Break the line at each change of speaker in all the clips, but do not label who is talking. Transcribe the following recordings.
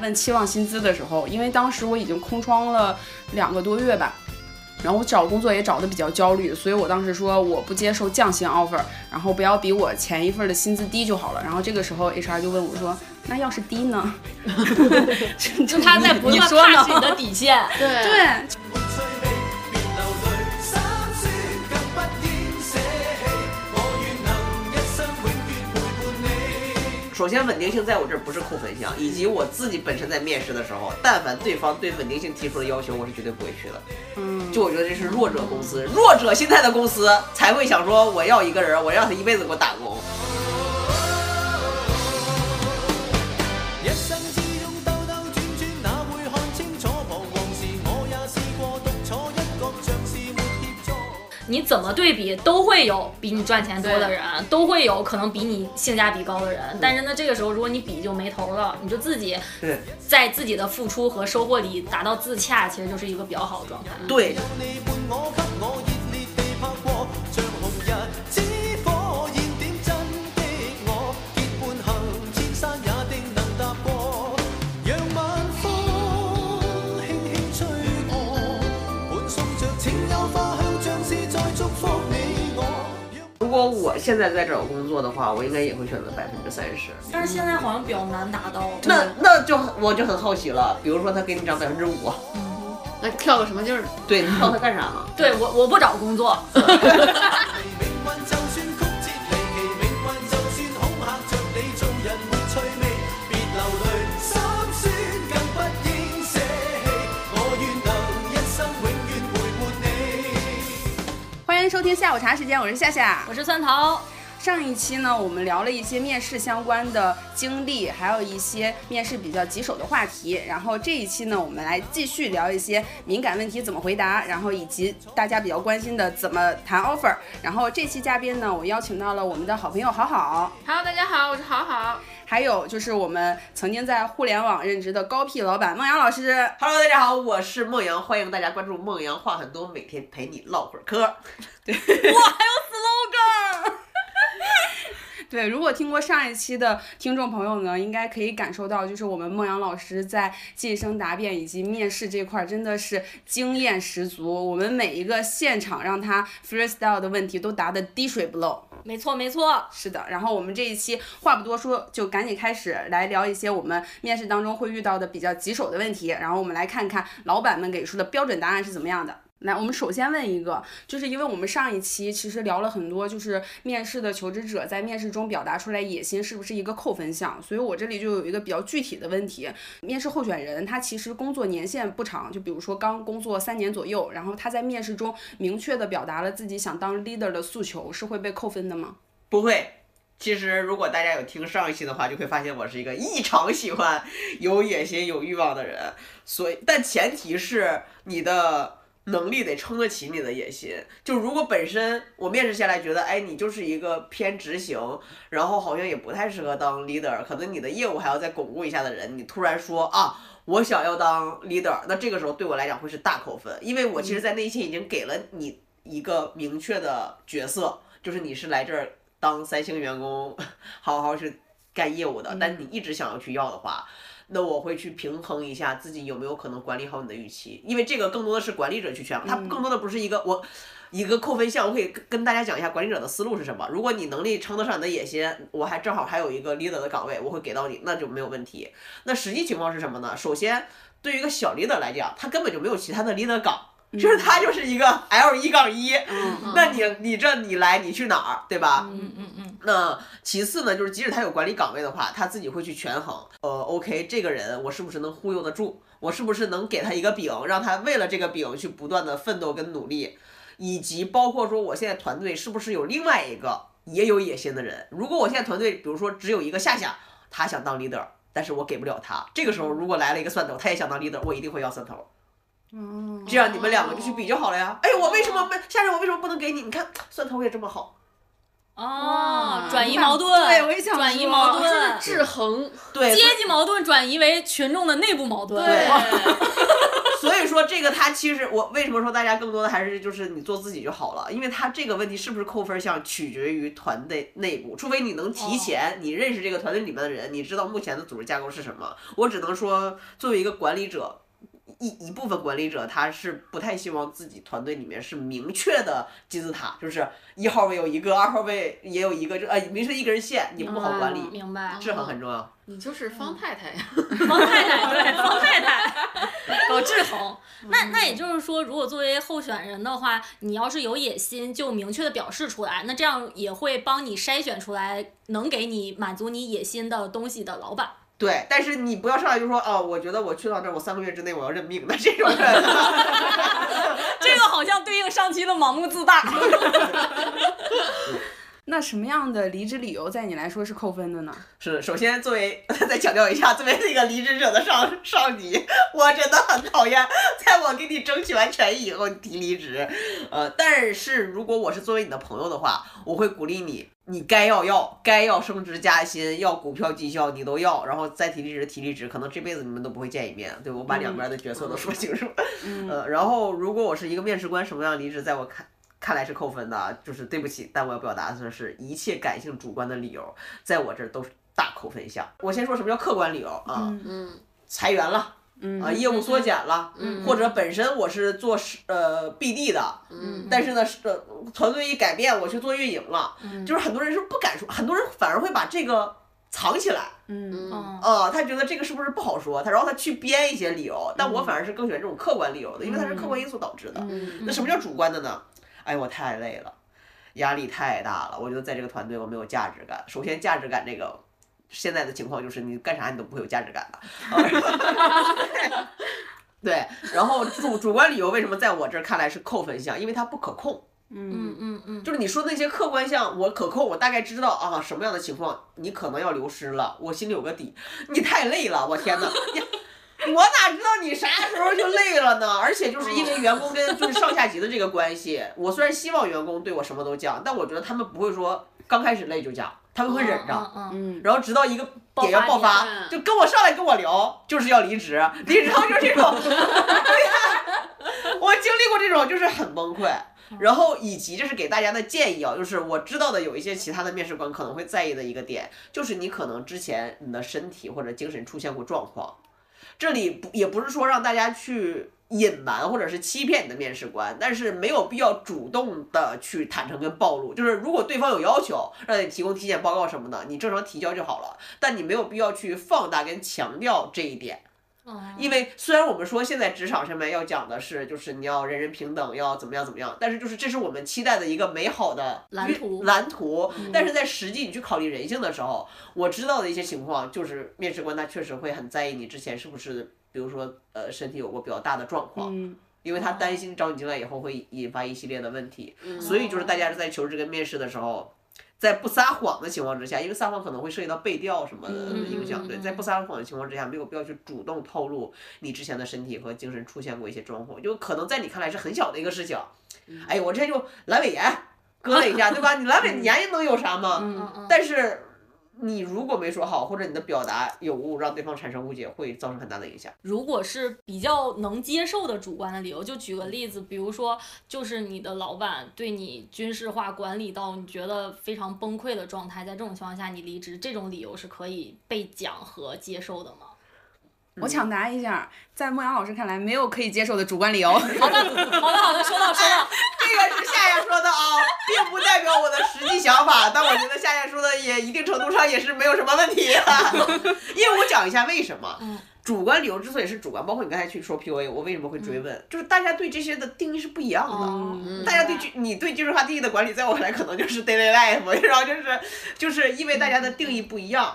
问期望薪资的时候，因为当时我已经空窗了两个多月吧，然后我找工作也找的比较焦虑，所以我当时说我不接受降薪 offer，然后不要比我前一份的薪资低就好了。然后这个时候 HR 就问我说：“那要是低呢？”
就他在不
你
断
说
踏
呢
自己的底线。
对
对，
首先，稳定性在我这儿不是扣分项，以及我自己本身在面试的时候，但凡对方对稳定性提出的要求，我是绝对不会去的。嗯，就我觉得这是弱者公司，弱者心态的公司才会想说，我要一个人，我让他一辈子给我打工。
一生之中兜兜轉轉，哪會看清楚彷徨時？我也試過獨坐一角，像是沒協助。
你怎么对比都会有比你赚钱多的人，都会有可能比你性价比高的人。
嗯
但是呢，这个时候如果你比就没头了，你就自己
对
在自己的付出和收获里达到自洽，其实就是一个比较好的状态。
对，
你伴我，给我熱烈地拍過，像紅日之火燃點真的我，結伴行千山也定能踏過。讓晚風輕輕吹過，伴送着清幽花香，像是在祝福你我。
如果我现在在找工作的话，我应该也会选择百分之三十。
但是现在好像比较难达到。
那那就我就很好奇了，比如说他给你涨百分之五，
嗯那跳个什么劲儿？
对，你靠他干啥 呢？
对我我不找工作，
命運就算曲折離奇，命運就算恐嚇着你，做人沒趣味，別流淚，心酸更不應捨棄。我願能一生永遠陪伴你。
欢迎收听下午茶时间，我是夏夏，
我是蒜桃。
上一期呢，我们聊了一些面试相关的经历，还有一些面试比较棘手的话题。然后这一期呢，我们来继续聊一些敏感问题怎么回答，然后以及大家比较关心的怎么谈 offer。然后这期嘉宾呢，我邀请到了我们的好朋友好好，
Hello，大家好，我是好好。
还有就是我们曾经在互联网任职的高 P 老板孟阳老师。
Hello，大家好，我是孟阳，欢迎大家关注孟阳话很多，每天陪你唠会儿嗑。
对，如果听过上一期的听众朋友呢，应该可以感受到，就是我们孟阳老师在晋升答辩以及面试这块儿真的是经验十足。我们每一个现场让他 freestyle 的问题都答得滴水不漏。
没错没错，
是的，然后我们这一期话不多说，就赶紧开始来聊一些我们面试当中会遇到的比较棘手的问题，然后我们来看看老板们给出的标准答案是怎么样的。来，我们首先问一个，就是因为我们上一期其实聊了很多，就是面试的求职者在面试中表达出来野心是不是一个扣分项，所以我这里就有一个比较具体的问题，面试候选人他其实工作年限不长，就比如说刚工作三年左右，然后他在面试中明确的表达了自己想当 leader 的诉求，是会被扣分的吗？
不会。其实，如果大家有听上一期的话，就会发现我是一个异常喜欢有野心、有欲望的人。所以，但前提是你的能力得撑得起你的野心。就如果本身我面试下来觉得，哎，你就是一个偏执行，然后好像也不太适合当 leader，可能你的业务还要再巩固一下的人，你突然说啊，我想要当 leader，那这个时候对我来讲会是大扣分，因为我其实，在内心已经给了你一个明确的角色，就是你是来这儿当三星员工，好好去干业务的，
嗯
但你一直想要去要的话。那我会去平衡一下自己有没有可能管理好你的预期，因为这个更多的是管理者去权衡，它
嗯
更多的不是一个我一个扣分项，我可以跟跟大家讲一下管理者的思路是什么。如果你能力称得上你的野心，我还正好还有一个 leader 的岗位，我会给到你，那就没有问题。那实际情况是什么呢？首先，对于一个小 leader 来讲，他根本就没有其他的 leader 岗，就是他就是一个 L 一杠一。
嗯
那你你这你来你去哪儿，对吧？
嗯嗯嗯，
那其次呢，就是即使他有管理岗位的话，他自己会去权衡，呃，OK，这个人我是不是能忽悠得住？我是不是能给他一个饼，让他为了这个饼去不断的奋斗跟努力，以及包括说我现在团队是不是有另外一个也有野心的人？如果我现在团队比如说只有一个夏夏，他想当 leader，但是我给不了他，这个时候如果来了一个蒜头，他也想当 leader，我一定会要蒜头。
哦
这样你们两个就去比就好了呀。哎，我为什么没夏夏？我为什么不能给你？你看蒜头也这么好，
哦
哇，
转移矛盾，
对我也想说
转移矛盾，
制衡，
对，
阶级矛盾转移为群众的内部矛盾。
对，所以说这个他其实我为什么说大家更多的还是就是你做自己就好了，因为他这个问题是不是扣分项取决于团队内部，除非你能
哦
提前你认识这个团队里面的人，你知道目前的组织架构是什么。我只能说，作为一个管理者。一一部分管理者他是不太希望自己团队里面是明确的金字塔，就是一号位有一个，二号位也有一个，这呃明确一根线，你不好管理，
啊哦明 白。
制衡很重要。
你就是方太太呀，
方太太， 对，方太太，搞志同。
嗯
那那也就是说，如果作为候选人的话，你要是有野心，就明确的表示出来，那这样也会帮你筛选出来能给你满足你野心的东西的老板。
对，但是你不要上来就说啊、我觉得我去到这儿，我三个月之内我要认命的这种人，
这个好像对应上期的盲目自大。
那什么样的离职理由在你来说是扣分的呢？
是首先作为 再强调一下，作为那个离职者的上上级，我真的很讨厌，在我给你争取完权益以后你提离职，呃，但是如果我是作为你的朋友的话，我会鼓励你，你该要要，该要升职加薪，要股票绩效你都要，然后再提离职提离职，可能这辈子你们都不会见一面，对吧我把两边的角色都说清楚，呃，然后如果我是一个面试官，什么样的离职，在我看。看来是扣分的啊，就是对不起，但我要表达的是一切感性主观的理由，在我这儿都是大扣分项。我先说什么叫客观理由啊，
嗯
裁员了，啊，业务缩减了，或者本身我是做是呃 BD 的，
嗯
但是呢，是呃团队一改变，我去做运营了，就是很多人是不敢说，很多人反而会把这个藏起来，
嗯
嗯
呃，他觉得这个是不是不好说，他然后他去编一些理由，但我反而是更喜欢这种客观理由的，因为它是客观因素导致的。那什么叫主观的呢？哎，我太累了，压力太大了，我觉得在这个团队我没有价值感。首先，价值感这个。现在的情况就是你干啥你都不会有价值感了，啊 对。然后主主观理由为什么在我这儿看来是扣分项，因为它不可控。
嗯
嗯嗯嗯，
就是你说那些客观项，我可控，我大概知道啊什么样的情况你可能要流失了，我心里有个底。你太累了，我天哪！你我哪知道你啥时候就累了呢？而且就是因为员工跟就是上下级的这个关系，我虽然希望员工对我什么都讲，但我觉得他们不会说刚开始累就讲，他们会忍着，
嗯嗯
嗯
然后直到一个点要爆
爆
发
发，
点
就跟我上来跟我聊，就是要离职， 离职后就是这种， 对呀、 我经历过这种，就是很崩溃。然后以及这是给大家的建议啊，就是我知道的有一些其他的面试官可能会在意的一个点，就是你可能之前你的身体或者精神出现过状况，这里不也不是说让大家去。隐瞒或者是欺骗你的面试官，但是没有必要主动的去坦诚跟暴露。就是如果对方有要求，让你提供体检报告什么的，你正常提交就好了。但你没有必要去放大跟强调这一点，
嗯，
因为虽然我们说现在职场上面要讲的是，就是你要人人平等，要怎么样怎么样，但是就是这是我们期待的一个美好的
蓝图嗯
蓝图。但是在实际你去考虑人性的时候，我知道的一些情况就是，面试官他确实会很在意你之前是不是，比如说呃身体有过比较大的状况，
嗯
因为他担心招你进来以后会引发一系列的问题，
嗯
所以就是大家在求职跟面试的时候，在不撒谎的情况之下，因为撒谎可能会涉及到背调什么的
嗯
影响，
嗯
对，
嗯
在不撒谎的情况之下，没有必要去主动透露你之前的身体和精神出现过一些状况，就可能在你看来是很小的一个事情，
嗯
哎，我之前就阑尾炎割了一下，对吧？你阑尾炎能有啥吗？
嗯
嗯
但是你如果没说好，或者你的表达有误，让对方产生误解，会造成很大的影响。
如果是比较能接受的主观的理由，就举个例子，比如说就是你的老板对你军事化管理到你觉得非常崩溃的状态，在这种情况下你离职，这种理由是可以被讲和接受的吗？
我抢答一下，在莫阳老师看来，没有可以接受的主观理由。
好的，好的，好的，说到说到，
这个是夏夏说的啊，并不代表我的实际想法，但我觉得夏夏说的也一定程度上也是没有什么问题的、 因为我讲一下为什么。
嗯
主观理由之所以是主观，包括你刚才去说 PUA，我为什么会追问，就是大家对这些的定义是不一样的。
嗯，
大家对技，你对技术化定义的管理，在我看来可能就是 daily life，然后 就是就是因为大家的定义不一样，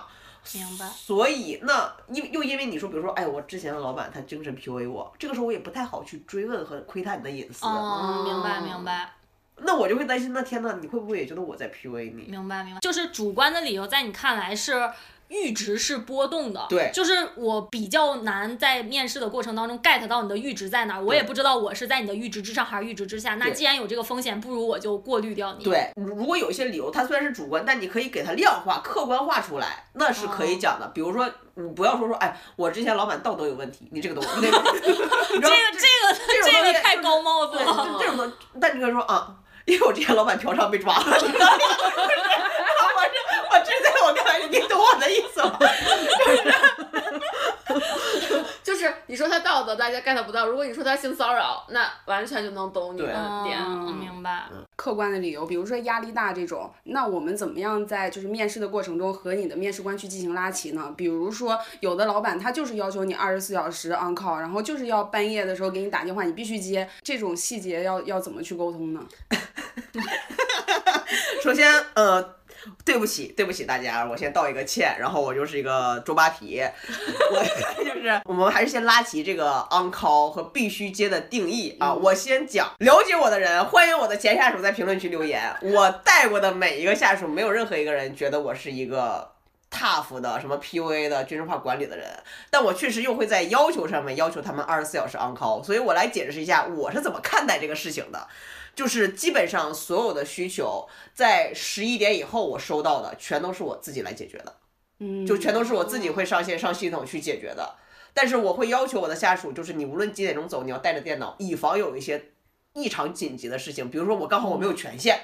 明白，
所以那因又因为你说，比如说，哎，我之前的老板他精神 PUA 我，这个时候我也不太好去追问和窥探你的隐私，
嗯，明白，明白。
那我就会担心，那天呐，你会不会也觉得我在 PUA 你？
明白明白，就是主观的理由，在你看来是阈值是波动的，
对
就是我比较难在面试的过程当中 get 到你的阈值在哪儿，我也不知道我是在你的阈值之上还是阈值之下。那
对
既然有这个风险，不如我就过滤掉你。，
对，如如果有一些理由，它虽然是主观，但你可以给它量化、客观化出来，那是可以讲的。比如说，你不要说说，哎，我之前老板道德有问题，你这 个东西，你这个你知道
这个这
吗
个
这种
这
东西
个太
就是
高帽子
对，
了。
就这种东西，但你可以说啊，因为我之前老板嫖娼被抓了， 你知道吗我这我这在我看来，你懂我的意思吗？
就是你说他道德，大家 get 不到；如果你说他性骚扰，那完全就能懂你的
对
点。
嗯，我明白。
客观的理由，比如说压力大这种，那我们怎么样在就是面试的过程中和你的面试官去进行拉齐呢？比如说，有的老板他就是要求你二十四小时 on call，然后就是要半夜的时候给你打电话，你必须接，这种细节要要怎么去沟通呢？
首先，呃，对不起，对不起大家，我先道一个歉，然后我就是一个猪八戒，我 就是我们还是先拉齐这个 on call 和必须接的定义啊。我先讲，了解我的人，欢迎我的前下属在评论区留言。我带过的每一个下属，没有任何一个人觉得我是一个。tough 的什么 PUA 的军事化管理的人，但我确实又会在要求上面要求他们二十四小时 on call，所以我来解释一下我是怎么看待这个事情的，就是基本上所有的需求，在十一点以后我收到的全都是我自己来解决的，
嗯，
就全都是我自己会上线上系统去解决的。但是我会要求我的下属，就是你无论几点钟走，你要带着电脑，以防有一些异常紧急的事情，比如说我刚好我没有权限，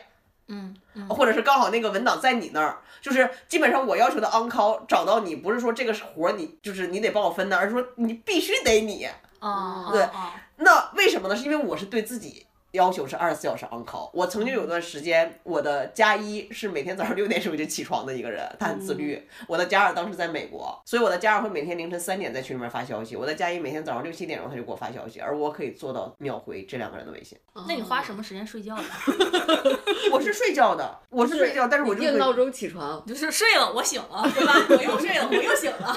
嗯嗯
或者是刚好那个文档在你那儿，就是基本上我要求的 on call 找到你，不是说这个活儿你就是你得帮我分的，而是说你必须得你。
哦，
对
哦哦
那为什么呢？是因为我是对自己要求是二十四小时 on call。我曾经有段时间，我的加一是每天早上六点钟就起床的一个人，他很自律。我的加二当时在美国，所以我的加二会每天凌晨三点在群里面发消息，我的加一每天早上六七点钟他就给我发消息，而我可以做到秒回这两个人的微信。
那你花什么时间睡觉呀？
我是睡觉的，我是睡觉，但是我就
定
会哦
闹钟起床，
就是睡了，我醒了，对吧？我又睡了，我又醒了。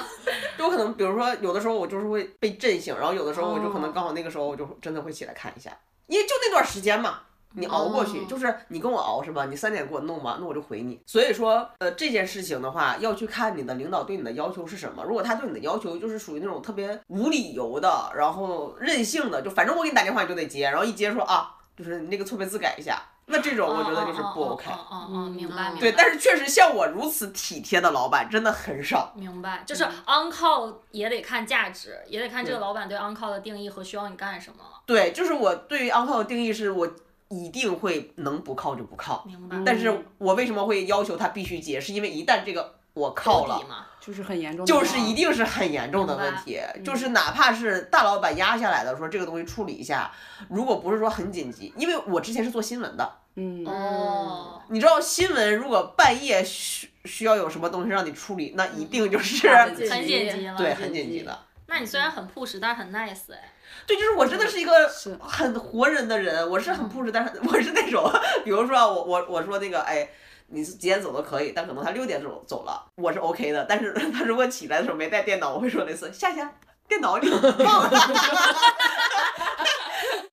有可能，比如说有的时候我就是会被震醒，然后有的时候我就可
哦
能刚好那个时候我就真的会起来看一下，因为就那段时间嘛，你熬过去，
哦
就是你跟我熬是吧？你三点给我弄吧，那我就回你。所以说，呃，这件事情的话，要去看你的领导对你的要求是什么。如果他对你的要求就是属于那种特别无理由的，然后任性的，就反正我给你打电话你就得接，然后一接说啊，就是你那个错别字改一下，那这种 我觉得就是不 OK。
哦哦哦，明白明白。
对，但是确实像我如此体贴的老板真的很少。
明白，就是 on call 也得看价值，也得看这个老板对 on call 的定义和需要你干什么了。
对，就是我对于 on call 的定义是我一定会能不靠就不靠，
明白。
但是我为什么会要求他必须接，是因为一旦这个我靠
保
了
底。嘛，
就是很严重的，
就是一定是很严重的问题，
嗯
就是哪怕是大老板压下来的，说这个东西处理一下，如果不是说很紧急，因为我之前是做新闻的，
嗯，
哦，
你知道新闻如果半夜需需要有什么东西让你处理，那一定就是
嗯
紧
很紧急了。
对很紧急的。
那你虽然很 push，但是很 nice 哎。
对，就是我真的是一个
是
很活人的人，我是很 push，但是 我是那种，比如说啊我我我说那个哎。你是几点走都可以，但可能他六点走走了，我是 OK 的。但是他如果起来的时候没带电脑，我会说类似夏夏，电脑你忘了。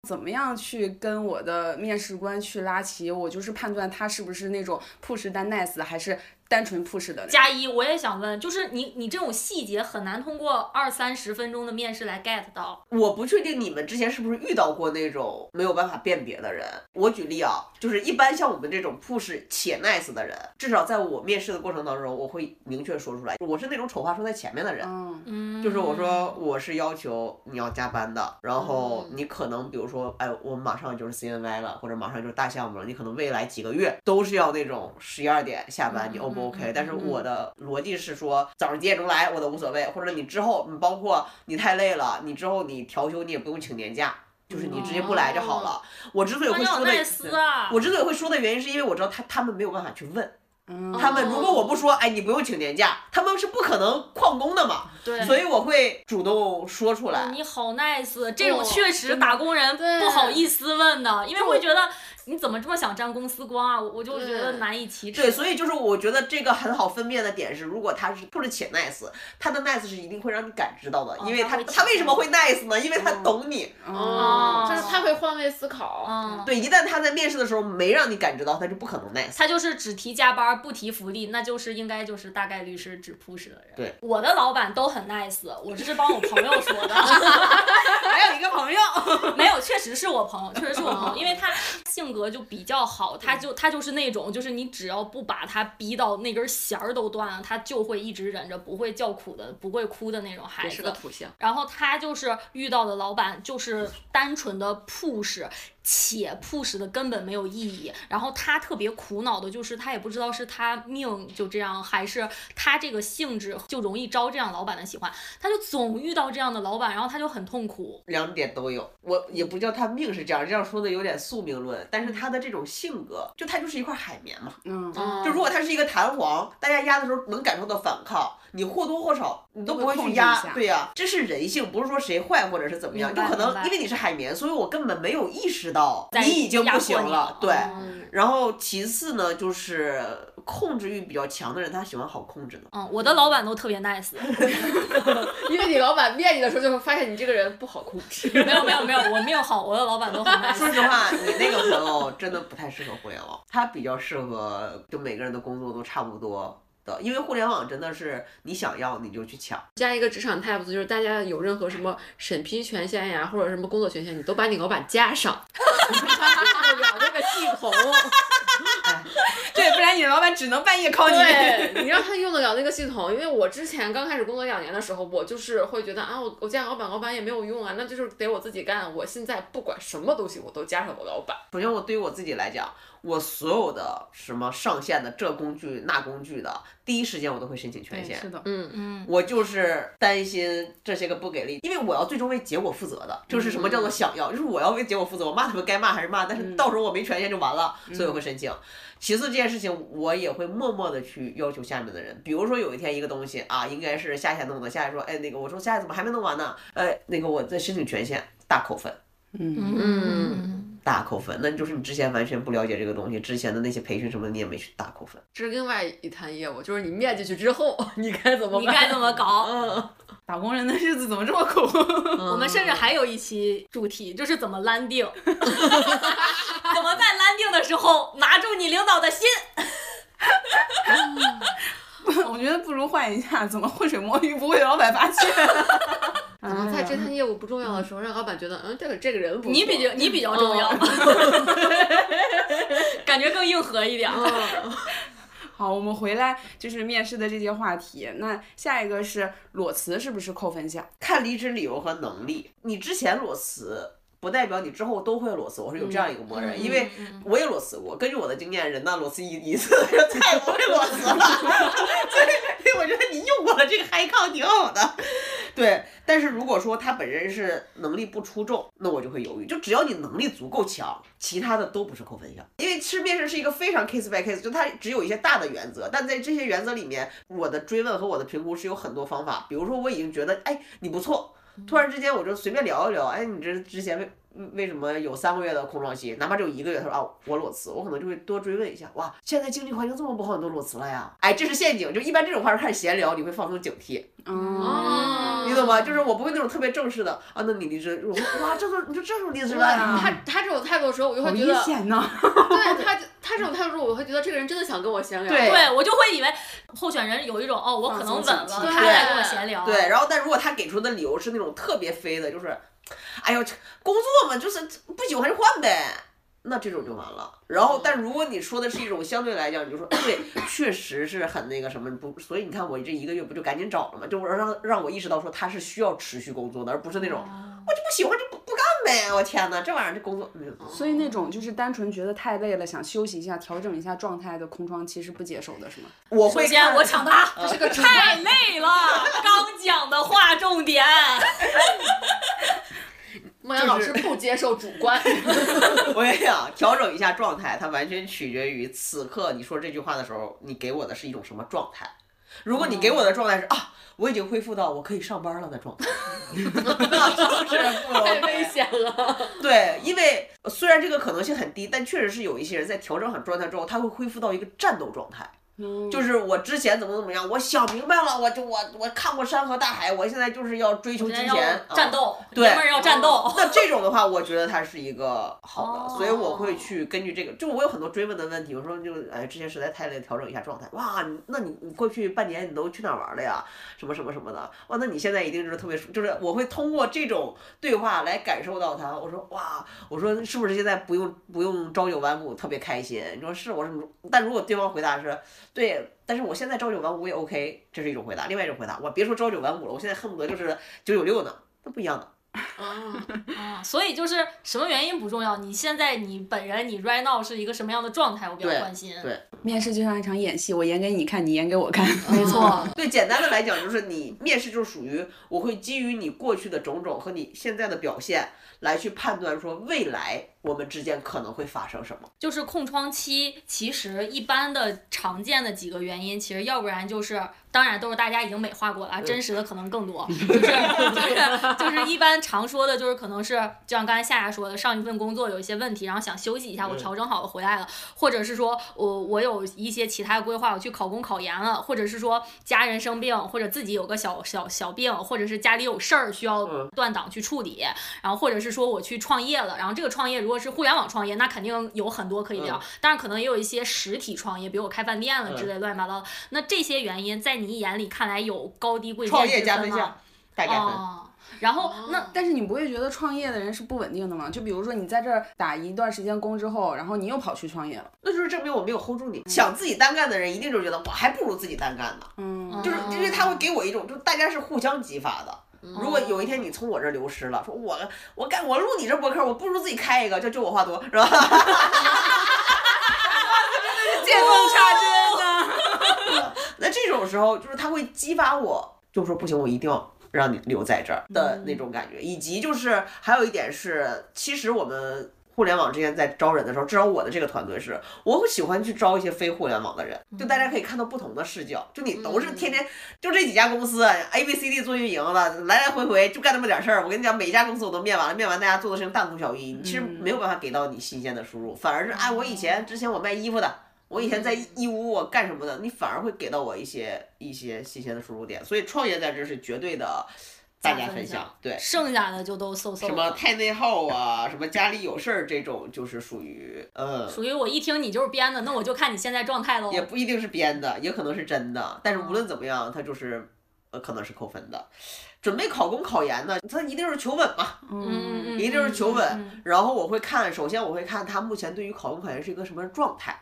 怎么样去跟我的面试官去拉齐？我就是判断他是不是那种 push 但 nice，还是单纯 push 的那种。
加一，我也想问，就是你你这种细节很难通过二三十分钟的面试来 get 到。嗯
我不确定你们之前是不是遇到过那种没有办法辨别的人。我举例啊，就是一般像我们这种 push 且 nice 的人，至少在我面试的过程当中，我会明确说出来，我是那种丑话说在前面的人。
嗯，
嗯，
就是我说我是要求你要加班的，然后你可能比如说，哎，我马上就是 CNY 了，或者马上就是大项目了，你可能未来几个月都是要那种十一二点下班，你 O 不 OK？但是我的逻辑是说，早上几点钟来我都无所谓，或者你之后，你包括你太累了，你之后你调休你也不用请年假，就是你直接不来就好了。我之所以
那
会
你好
说
nice
的，
啊。
我之所以会说的原因是因为我知道他他们没有办法去问。
嗯
他们如果我不说，哎，你不用请年假，他们是不可能旷工的嘛。
对
所以我会主动说出来。
你好 nice，这种
不
确实打工人
对
不好意思问的，因为会觉得你怎么这么想沾公司光啊？我我就觉得
对
难以启齿。
对，所以就是我觉得这个很好分辨的点是，如果他是或者且 nice，他的 nice 是一定会让你感知到的，嗯因为
他
哦他
会
他为什么会 nice 呢？因为他懂你。
嗯
哦
哦，
就是他会换位思考，
嗯，
对，一旦他在面试的时候没让你感知到，他就不可能 nice。
他就是只提加班儿不提福利，那就是应该就是大概率是只 push 的人。
对，
我的老板都很 nice，我这是帮我朋友说的。
还有一个朋友，
没有，确实是我朋友，确实是我
哦
朋友，因为他性格就比较好，他就他就是那种，就是你只要不把他逼到那根弦儿都断了，他就会一直忍着，不会叫苦的，不会哭的那种孩
也
子
是个。土象。
然后他就是遇到的老板就是单纯的 push，且 push 的根本没有意义。然后他特别苦恼的就是他也不知道是他命就这样，还是他这个性质就容易招这样老板的喜欢，他就总遇到这样的老板，然后他就很痛苦。
两点都有，我也不叫他命是这样，这样说的有点宿命论，但是他的这种性格，就他就是一块海绵嘛。
嗯，
嗯
就如果他是一个弹簧，大家压的时候能感受到反抗，你或多或少你都
都
不
会
会
控
去
制一
压
下，
对呀、这是人性，不是说谁坏或者是怎么样，
明
就
白
可
明白
能因为你是海绵，所以我根本没有意识到
在
你已经
压
不
迫
行
你
了
了，哦
对。
嗯，
然后其次呢，就是控制欲比较强的人，他喜欢好控 制的。
嗯，我的老板都特别 nice，
因为你老板面你的时候就会发现你这个人不好控制。
没有没有没有，我没有好，我的老板都很 nice。
说实话，你那个朋友真的不太适合互联网，他比较适合就每个人的工作都差不多的，因为互联网真的是你想要你就去抢。
加一个职场 tips，就是大家有任何什么审批权限呀，或者什么工作权限，你都把你老板加上， 你们他受不了这个系统。
对，不然你老板只能半夜 call 你。
对，你 让他用得了那个系统，因为我之前刚开始工作两年的时候，我就是会觉得啊，我我加老板，老板也没有用啊，那就是得我自己干。我现在不管什么东西，我都加上我老板。
首先，我对于我自己来讲，我所有的什么上线的这工具那工具的，第一时间我都会申请权限。
的，
嗯，
嗯，
我就是担心这些个不给力，因为我要最终为结果负责的。就是什么叫做想要，就是我要为结果负责，我骂他们该骂还是骂，但是到时候我没权限就完了，所以我会申请。其次，这件事情我也会默默的去要求下面的人，比如说有一天一个东西啊，应该是夏夏弄的，夏夏说，哎，那个我说夏夏怎么还没弄完呢？哎，那个我再申请权限，大扣分。
嗯，
嗯，
大扣分，那就是你之前完全不了解这个东西，之前的那些培训什么的你也没去大扣分。
这是另外一摊业务，就是你面进去之后， 你该怎么
你
办？
该怎么搞？
嗯，
打工人的日子怎么这么苦？
我
我们甚至还有一期主题，就是怎么 landing，怎么在 landing 的时候拿住你领导的心。
我觉得不如换一下，怎么浑水摸鱼不会老板发现？ 啊嗯
怎么在这摊业务不重要的时候，让老板觉得，嗯，这个这个人不错
你比较你比较重要， 感觉更硬核一 点。
嗯，
好，我们回来就是面试的这些话题。那下一个是裸辞是不是扣分项？
看离职理由和能力，你之前裸辞不代表你之后都会裸辞，我是有这样一个默认，因为我也裸辞过。根据我的经验，人呢裸辞一一次就再也不会裸辞了， 所以所以我觉得你用过了这个 high 抗挺好的。对，但是如果说他本身是能力不出众，那我就会犹豫。就只要你能力足够强，其他的都不是扣分项。因为吃面试是一个非常 case by case，就它只有一些大的原则，但在这些原则里面，我的追问和我的评估是有很多方法。比如说，我已经觉得，哎，你不错，突然之间我就随便聊一聊，哎，你这之前为嗯为什么有三个月的空窗期，哪怕只有一个月，他说啊我裸辞，我可能就会多追问一下，哇，现在经济环境这么不好，你都裸辞了呀？哎，这是陷阱，就一般这种话是开始闲聊，你会放松警惕，
嗯
哦
你懂吗？就是我不会那种特别正式的啊，那你离职，我说哇，这种你就这种离职
啊
了，
他他这种态度的时候，我就
好
会觉
危
得，
险呢！
对他他这种态度的时候，我会觉得这个人真的想跟我闲聊。
对
对我就会以为候选人有一种哦，我可能稳了，
放
松警惕
他来跟我闲聊。
对，然后但如果他给出的理由是那种特别飞的，就是，哎呦，这工作嘛，就是不喜欢就换呗。那这种就完了。然后，但如果你说的是一种相对来讲，你就说，哎对，确实是很那个什么不，所以你看我这一个月不就赶紧找了嘛，就是让让我意识到说他是需要持续工作的，而不是那种
啊
我就不喜欢就不不干呗。我天哪，这玩意儿这工作，嗯，
所以那种就是单纯觉得太累了，想休息一下、调整一下状态的空窗期是不接受的，是吗？
我会
首先
看
我抢答，
这是个主
太累了，刚讲的划重点。
莫言老师不接受主 观，
我也想调整一下状态，它完全取决于此刻你说这句话的时候，你给我的是一种什么状态。如果你给我的状态是啊，我已经恢复到我可以上班了的状 态，
嗯
那就是不
太
OK
危险了。
对，因为虽然这个可能性很低，但确实是有一些人在调整好状态之后，他会恢复到一个战斗状态。就是我之前怎么怎么样，我想明白了，我就我我看过山河大海，我现在就是要追求
我
金
觉得
钱，
要战
啊
斗，
对嗯
爷们儿要战斗。
那这种的话，我觉得它是一个好的，
哦
所以我会去根据这个，就我有很多追问的问题，我说就哎，之前实在太累，调整一下状态。哇，你那你你过去半年你都去哪儿玩了呀？什么什么什么的。哇，那你现在一定是特别舒，就是我会通过这种对话来感受到他。我说哇，我说是不是现在不用不用朝九晚五特别开心？你说是，我说你但如果对方回答是对。但是我现在朝九晚五也 OK，这是一种回答。另外一种回答，我别说朝九晚五了，我现在恨不得就是九九六呢，那不一样的。
啊，
啊，所以就是什么原因不重要，你现在你本人你 right now 是一个什么样的状态，我比较
对
关心。
对
面试就像一场演戏，我演给你看，你演给我看。
没错，
对，简单的来讲，就是你面试就是属于我会基于你过去的种种和你现在的表现来去判断说未来我们之间可能会发生什么。
就是空窗期，其实一般的常见的几个原因，其实要不然就是，当然都是大家已经美化过了，真实的可能更多，就是就是就是一般常说的，就是可能是就像刚才夏夏说的，上一份工作有一些问题，然后想休息一下，我
嗯
调整好了回来了，或者是说我我有一些其他的规划，我去考公考研了，或者是说家人生病，或者自己有个小小小病，或者是家里有事儿需要
嗯
断档去处理，然后或者是说我去创业了，然后这个创业如果是互联网创业，那肯定有很多可以聊，
嗯
当然可能也有一些实体创业，比如我开饭店了之类乱七八糟的。那这些原因在你眼里看来有高低贵
创
贱
业
之
加
分
分
吗
项？，大概分。
哦，然后那
但是你不会觉得创业的人是不稳定的吗？就比如说你在这儿打一段时间工之后，然后你又跑去创业了，
那就是证明我没有 hold 住你。想自己单干的人，一定就是觉得我还不如自己单干呢，
嗯
就是因为
哦
他会给我一种，就是大家是互相激发的。如果有一天你从我这儿流失了，说我我干我录你这博客，我不如自己开一个，就就我话多是吧？
见缝插针呢。
那这种时候，就是他会激发我，就说不行，我一定要让你留在这儿的那种感觉，以及就是还有一点是，其实我们。互联网之前在招人的时候，至少我的这个团队是，我会喜欢去招一些非互联网的人，就大家可以看到不同的视角。就你都是天天就这几家公司，A、B、C、D 做运营的，来来回回就干那么点事儿。我跟你讲，每一家公司我都面完了，面完大家做的事情大同小异，你其实没有办法给到你新鲜的输入，反而是哎，我以前之前我卖衣服的，我以前在义乌我干什么的，你反而会给到我一些一些新鲜的输入点，所以创业在这是绝对的大家分享，对，
剩下的就都嗖嗖
什么太内耗啊，什么家里有事儿这种就是属于呃，
属于我一听你就是编的，那我就看你现在状态喽。嗯
也不一定是编的，也可能是真的，但是无论怎么样，它就是呃可能是扣分的。准备考公考研呢，它一定是求稳嘛，
嗯，嗯，
一定是求稳
嗯。嗯嗯
然后我会看，首先我会看他目前对于考公考研是一个什么状态。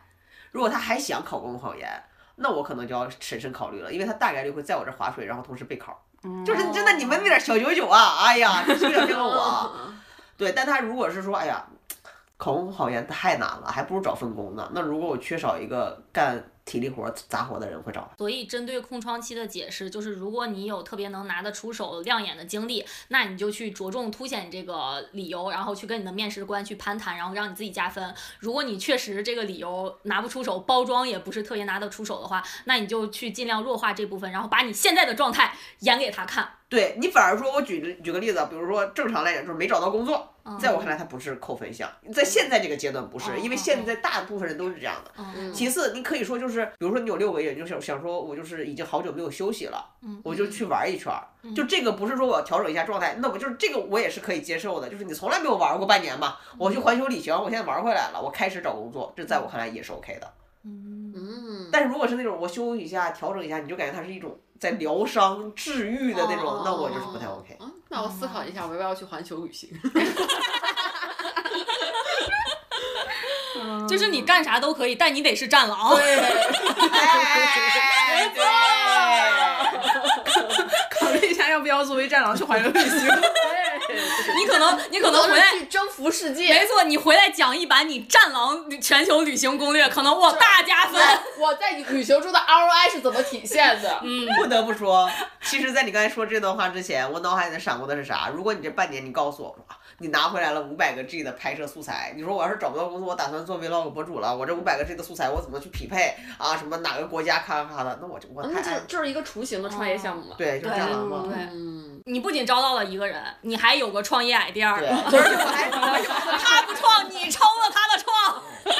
如果他还想考公考研，那我可能就要审慎考虑了，因为他大概率会在我这儿划水，然后同时备考。
嗯
就是你真的你们那点小九九啊，哎呀，这是 有点
嗯
我啊。对，但他如果是说，哎呀，考公考研太难了，还不如找份工呢。那如果我缺少一个干体力活儿杂活的人，会找他。
所以，针对空窗期的解释，就是如果你有特别能拿得出手、亮眼的经历，那你就去着重凸显你这个理由，然后去跟你的面试官去攀谈，然后让你自己加分。如果你确实这个理由拿不出手，包装也不是特别拿得出手的话，那你就去尽量弱化这部分，然后把你现在的状态演给他看。
对你反而说，我举举个例子，啊比如说正常来讲就是没找到工作，
嗯
在我看来它不是扣分项，在现在这个阶段不是，因为现在大部分人都是这样的。
嗯，
其次，你可以说就是，比如说你有六个月，你就想想说，我就是已经好久没有休息了，
嗯
我就去玩一圈儿。就这个不是说我要调整一下状态，那我就是这个我也是可以接受的，就是你从来没有玩过半年嘛，我去环球旅行，我现在玩回来了，我开始找工作，这在我看来也是 OK 的。
嗯，
但是如果是那种我休息一下、调整一下，你就感觉它是一种在疗伤、治愈的那种，那我就是不太 OK。
啊，那我思考一下，我要不要去环球旅行？
就是你干啥都可以，但你得是战狼。
哎对
考虑一下要不要作为战狼去环游旅行。
你可能，你可能回来
去征服世
没
界。
错，你回来讲一版你《战狼全球旅行攻略》，可能我大加分。
我在旅行中的 ROI 是怎么体现的？
不得不说，其实，在你刚才说这段话之前，我脑海里闪过的是啥？如果你这半年你告诉我，哇你拿回来了五百个 G 的拍摄素材，你说我要是找不到工作，我打算做 vlog 博主了，我这五百个 G 的素材我怎么去匹配啊？什么哪个国家咔咔咔的？那我嗯就我
嗯那
太
这这是一个雏形的创业项目嘛。
对，就是
对
这样的
嗯
嘛。
对
嗯，
你不仅招到了一个人，你还有个创业 idea 儿。
对，而且 我还
他不创，你抽了他的创。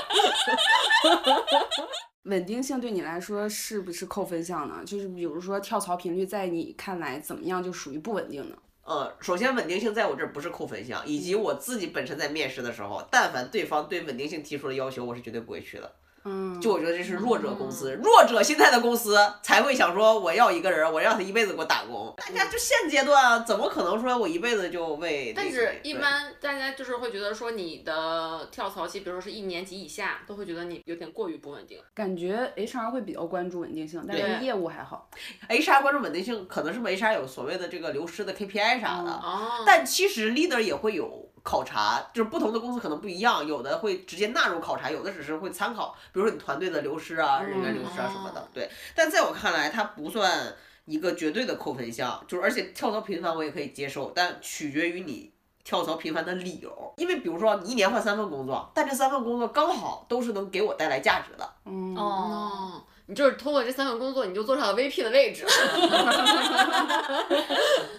稳定性对你来说是不是扣分项呢？就是比如说跳槽频率，在你看来怎么样就属于不稳定呢？
呃，首先稳定性在我这儿不是扣分项，以及我自己本身在面试的时候，但凡对方对稳定性提出了要求，我是绝对不会去的。
嗯，
就我觉得这是弱者公
哦
司，弱者心态的公司才会想说我要一个人，我让他一辈子给我打工。大家就现阶段啊，怎么可能说我一辈子就为那
嗯但
个谁？
是一
对
般大家就是会觉得说你的跳槽期，比如说是一年及以下，都会觉得你有点过于不稳定。
感觉 HR 会比较关注稳定性，但是
对
业务还好。
HR 关注稳定性，可能是不是 HR 有所谓的这个流失的 KPI 啥的，
哦，
但其实 leader 也会有考察，就是不同的公司可能不一样，有的会直接纳入考察，有的只是会参考，比如说你团队的流失啊、人员流失啊什么的
哦。
对，但在我看来，它不算一个绝对的扣分项，就是而且跳槽频繁我也可以接受，但取决于你。跳槽频繁的理由，因为比如说你一年换三份工作，但这三份工作刚好都是能给我带来价值的，
嗯，
哦，你就是通过这三份工作，你就坐上了 VP 的位置。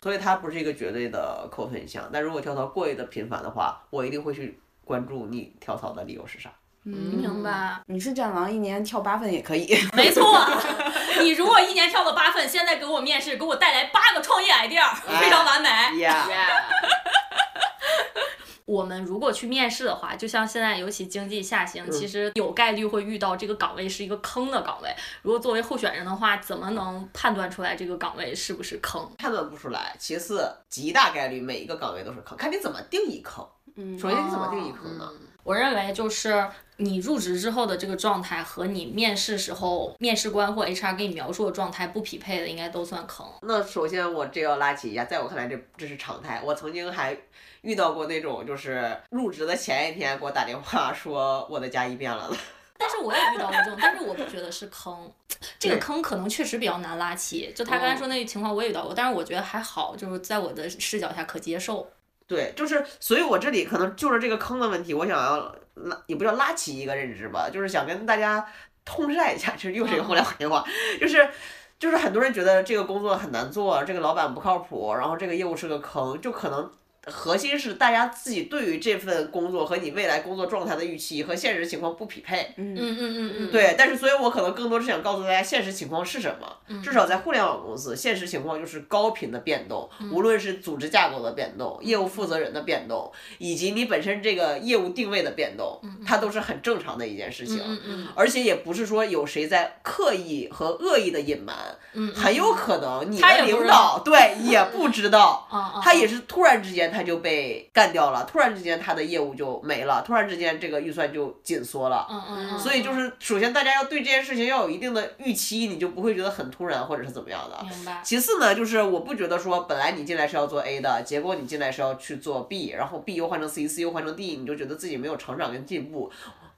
所以它不是一个绝对的扣分项。但如果跳槽过于的频繁的话，我一定会去关注你跳槽的理由是啥。
嗯
明白。
你是战狼，一年跳八份也可以。
嗯 没错， 你如果一年跳了八份，现在给我面试，给我带来八个创业 idea，非常完美。
Yeah，
我们如果去面试的话，就像现在尤其经济下行，其实有概率会遇到这个岗位是一个坑的岗位。如果作为候选人的话，怎么能判断出来这个岗位是不是坑？
判断不出来。其次，极大概率每一个岗位都是坑，看你怎么定义坑。
嗯
首先你怎么定义坑呢？
嗯，
我认为就是你入职之后的这个状态和你面试时候面试官或 HR 给你描述的状态不匹配的，应该都算坑。
那首先我这要拉起一下，在我看来这这是常态。我曾经还遇到过那种就是入职的前一天给我打电话说我的加一变了的。
但是我也遇到过这种，但是我不觉得是坑。这个坑可能确实比较难拉起。就他刚才说那个情况，我也遇到过，但是我觉得还好，就是在我的视角下可接受。
对，就是，所以我这里可能就是这个坑的问题，我想要拉，也不叫拉起一个认知吧，就是想跟大家痛晒一下，就是又是一个互联网黑话， 就是。就是很多人觉得这个工作很难做，这个老板不靠谱，然后这个业务是个坑，就可能核心是大家自己对于这份工作和你未来工作状态的预期和现实情况不匹配。
嗯嗯嗯嗯，
对，但是所以我可能更多是想告诉大家现实情况是什
嗯
么。至少在互联网公司，现实情况就是高频的变动，
嗯
无论是组织架构的变动、业务负责人的变动，以及你本身这个业务定位的变动，它都是很正常的一件事情。
嗯嗯
而且也不是说有谁在刻意和恶意的隐瞒，
嗯，
很有可能你
他
的
也不
领
知
导对也不 知道，
啊啊，
他也是突然之间他就被干掉了，突然之间他的业务就没了，突然之间这个预算就紧缩了。
嗯嗯，嗯
所以就是，首先大家要对这件事情要有一定的预期，你就不会觉得很突然或者是怎么样的。
明白。
其次呢，就是我不觉得说本来你进来是要做 A 的，结果你进来是要去做 B，然后 B 又换成 C，C 又换成 D，你就觉得自己没有成长跟进步。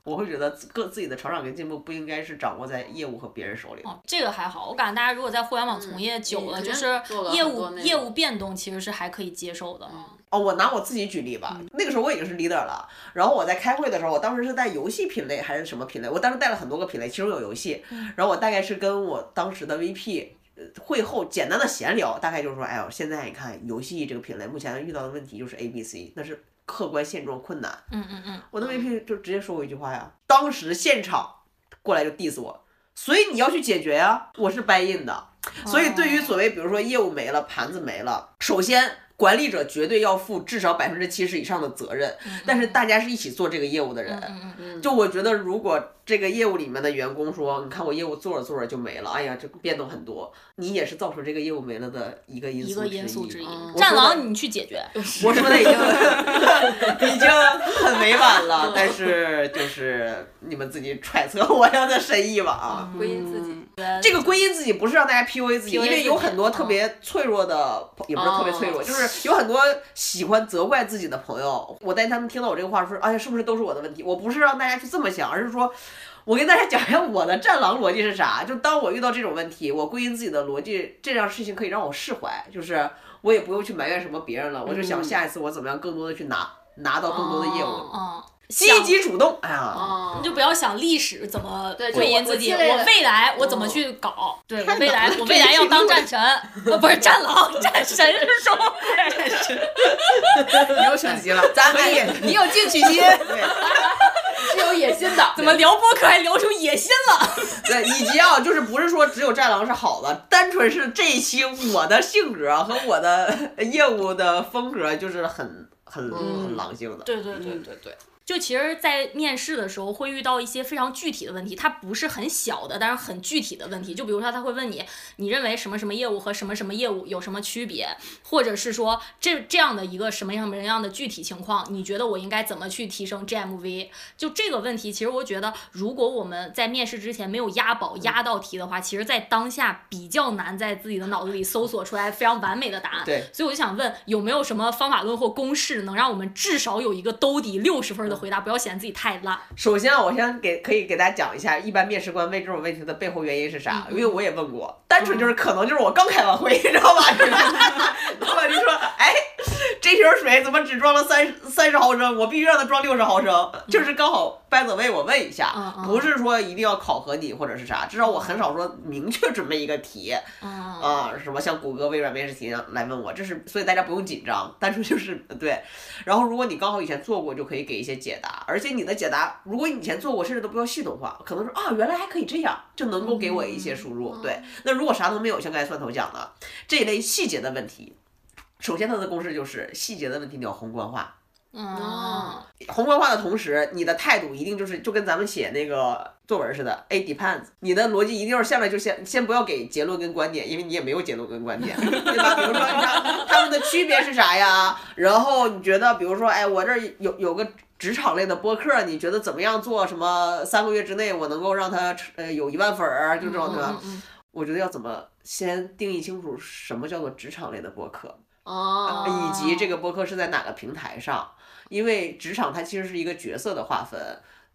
我会觉得自个自己的成长跟进步不应该是掌握在业务和别人手里。
哦，这个还好，我感觉大家如果在互联网从业久了，
嗯
就是
做了
业
很多
务
那
业
种
务变动其实是还可以接受的。
哦，我拿我自己举例吧，那个时候我已经是 leader 了。然后我在开会的时候，我当时是带游戏品类还是什么品类？我当时带了很多个品类，其中有游戏。然后我大概是跟我当时的 VP 呃会后简单的闲聊，大概就是说，哎呦，现在你看游戏这个品类目前遇到的问题就是 A、B、C，那是客观现状困难。
嗯嗯嗯，
我的 VP 就直接说我一句话呀，当时现场过来就 diss 我，所以你要去解决呀、我是 buy in 的。
哦
所以对于所谓比如说业务没了、盘子没了，首先管理者绝对要负至少百分之七十以上的责任，但是大家是一起做这个业务的人，
嗯
嗯
就我觉得，如果这个业务里面的员工说，你看我业务做着做着就没了，哎呀，这变动很多，你也是造成这个业务没了的一个因
一
素
个因素之一
一。
嗯。
战
我说的
狼，你去解决。
我说的已经已经很委婉了，但是就是你们自己揣测我要的深意吧啊。
归因自己。
这个归因自己不是让大家 PUA 自己，因
PUA
为有很多
自己
特别脆弱的，也不是特别脆弱，
哦
就是有很多喜欢责怪自己的朋友。我带他们听到我这个话说，哎呀，是不是都是我的问题？我不是让大家去这么想，而是说。我跟大家讲一下我的战狼逻辑是啥。就当我遇到这种问题，我归因自己的逻辑，这样事情可以让我释怀，就是我也不用去埋怨什么别人了，我就想下一次我怎么样更多的去拿拿到更多的业务，
嗯，
积极主动。哎呀，
哦
你就不要想历史怎么
对就
归因
我
自己，
我积累
我
了
未来我怎么去搞？哦对，我
太
未
难
来
了
我
这
未来
一
要当
路
战 神，呃，不是战狼，战神是什么？战神，
你又升级了，
咱们也
你有进取心。
对
是有野心的。
怎么聊播客还聊出野心了？
对，以及啊，就是不是说只有战狼是好的，单纯是这一期我的性格和我的 业务的风格就是很很很狼性的。
对对对
对对对，
就其实，在面试的时候会遇到一些非常具体的问题，它不是很小的，但是很具体的问题。就比如说，他会问你，你认为什么什么业务和什么什么业务有什么区别，或者是说这这样的一个什么样什么样的具体情况，你觉得我应该怎么去提升 GMV？就这个问题，其实我觉得，如果我们在面试之前没有押宝押到题的话，其实在当下比较难在自己的脑子里搜索出来非常完美的答案。
对，
所以我就想问，有没有什么方法论或公式能让我们至少有一个兜底六十分的回答，不要显得自己太烂？
首先啊，我先给可以给大家讲一下，一般面试官问这种问题的背后原因是啥？
嗯
因为我也问过，单纯就是可能就是我刚开完会，你知道吧？ 老板就说，哎，这瓶水怎么只装了三三十毫升？我必须让它装六十毫升，就是刚好 by the way，我问一下
嗯嗯，嗯
不是说一定要考核你或者是啥，至少我很少说明确准备一个题
嗯
啊，什么像谷歌、微软面试题来问我，这是所以大家不用紧张，单纯就是对。然后如果你刚好以前做过，就可以给一些解答，而且你的解答，如果你以前做过，甚至都不要系统化，可能说啊，原来还可以这样，就能够给我一些输入。对，那如果啥都没有，像刚才蒜头讲的这一类细节的问题，首先它的公式就是细节的问题你要宏观化，
哦
嗯，
宏观化的同时，你的态度一定就是就跟咱们写那个作文似的，哎，depends，你的逻辑一定要下来就先先不要给结论跟观点，因为你也没有结论跟观点， 对吧？比如说你看他们的区别是啥呀？然后你觉得，比如说，哎，我这儿有有个。职场类的播客，你觉得怎么样做？什么三个月之内我能够让他呃有一万粉儿，就这种对吧？
嗯嗯
我觉得要怎么先定义清楚什么叫做职场类的播客，
哦，
以及这个播客是在哪个平台上，因为职场它其实是一个角色的划分。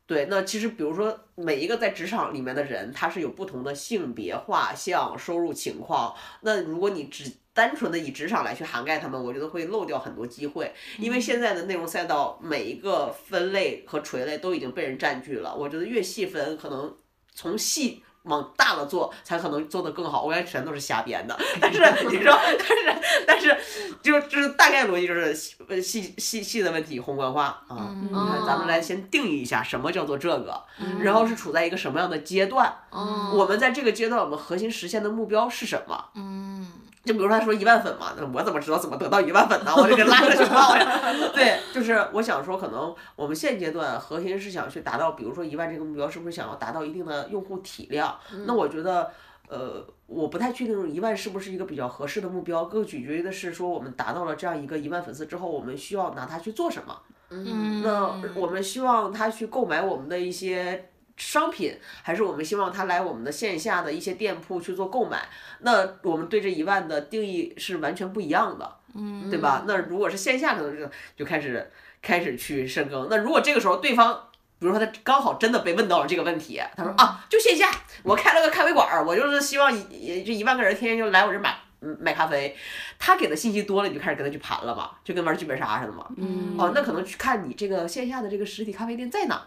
对，那其实比如说每一个在职场里面的人，他是有不同的性别、画像、收入情况。那如果你只单纯的以职场来去涵盖他们，我觉得会漏掉很多机会，因为现在的内容赛道每一个分类和垂类都已经被人占据了。我觉得越细分，可能从细往大了做，才可能做得更好。我感觉全都是瞎编的，但是你知道，但是但是就就是大概逻辑就是细呃细细细的问题宏观化啊。
嗯
你看，咱们来先定义一下什么叫做这个，
嗯
然后是处在一个什么样的阶段。
哦
我们在这个阶段，我们核心实现的目标是什么？
嗯
就比如说他说一万粉嘛，那我怎么知道怎么得到一万粉呢？我就给拉上去报呀。对，就是我想说，可能我们现阶段核心是想去达到，比如说一万这个目标，是不是想要达到一定的用户体量？那我觉得。呃，我不太确定一万是不是一个比较合适的目标，更取决于的是说我们达到了这样一个一万粉丝之后，我们需要拿它去做什么。
嗯，
那我们希望他去购买我们的一些商品，还是我们希望他来我们的线下的一些店铺去做购买？那我们对这一万的定义是完全不一样的，嗯，对吧？那如果是线下，可能就就开始开始去深耕。那如果这个时候对方，比如说他刚好真的被问到了这个问题，他说啊，就线下，我开了个咖啡馆儿，我就是希望一一这一万个人天天就来我这儿买嗯买咖啡。他给的信息多了，你就开始跟他去盘了嘛，就跟玩剧本杀似的嘛。
嗯
哦，那可能去看你这个线下的这个实体咖啡店在哪儿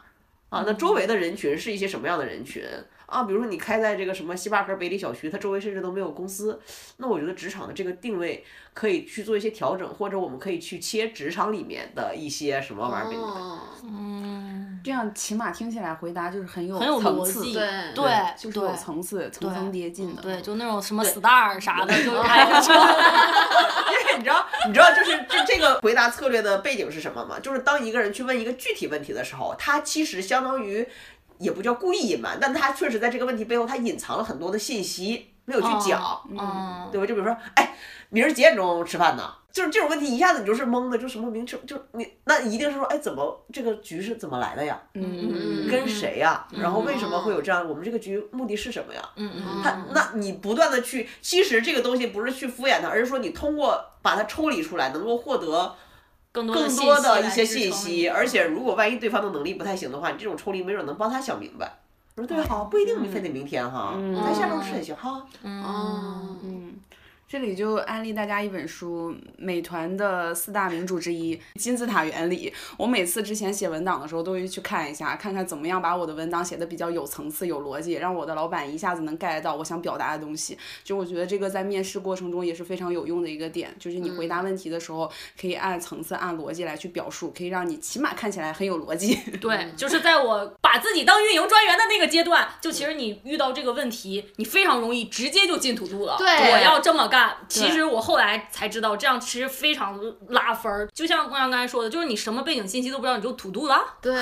啊？那周围的人群是一些什么样的人群啊？比如说你开在这个什么星巴克北里小区，它周围甚至都没有公司，那我觉得职场的这个定位可以去做一些调整，或者我们可以去切职场里面的一些什么玩意儿给你们。
哦，
嗯，
这样起码听起来回答就是很有
很有
层
逻
次，
辑，
对
对，
就是有层次，层层叠进的。嗯
对，就那种什么 star 啥的，就是哎说，
因为你知道，你知道，就是这这个回答策略的背景是什么吗？就是当一个人去问一个具体问题的时候，他其实相当于也不叫故意隐瞒，但他确实在这个问题背后，他隐藏了很多的信息，没有去讲。
嗯，
对吧？就比如说，哎，明儿几点钟吃饭呢？就是这种问题一下子你就是懵的，就什么明吃就你那一定是说，哎，怎么这个局是怎么来的呀？
嗯
嗯
跟谁呀？然后为什么会有这样？我们这个局目的是什么呀？
嗯嗯
他那你不断的去，其实这个东西不是去敷衍他，而是说你通过把它抽离出来，能够获得
更多
更多的
来
一些
支撑
信
你
息。而且如果万一对方的能力不太行的话，你这种抽离没准能帮他想明白。啊我说对，好，不一定非得明天哈，咱下周吃也行哈。
嗯
哦，
嗯，这里就安利大家一本书，美团的四大名著之一《金字塔原理》。我每次之前写文档的时候，都会去看一下，看看怎么样把我的文档写的比较有层次、有逻辑，让我的老板一下子能 get 到我想表达的东西。就我觉得这个在面试过程中也是非常有用的一个点，就是你回答问题的时候，可以按层次、按逻辑来去表述，可以让你起码看起来很有逻辑。
嗯
对，就是在我把自己当运营专员的那个阶段，就其实你遇到这个问题，你非常容易直接就进土著了。
对
我要这么干。其实我后来才知道，这样其实非常拉分儿。就像光阳刚才说的，就是你什么背景信息都不知道，你就土著了。
对，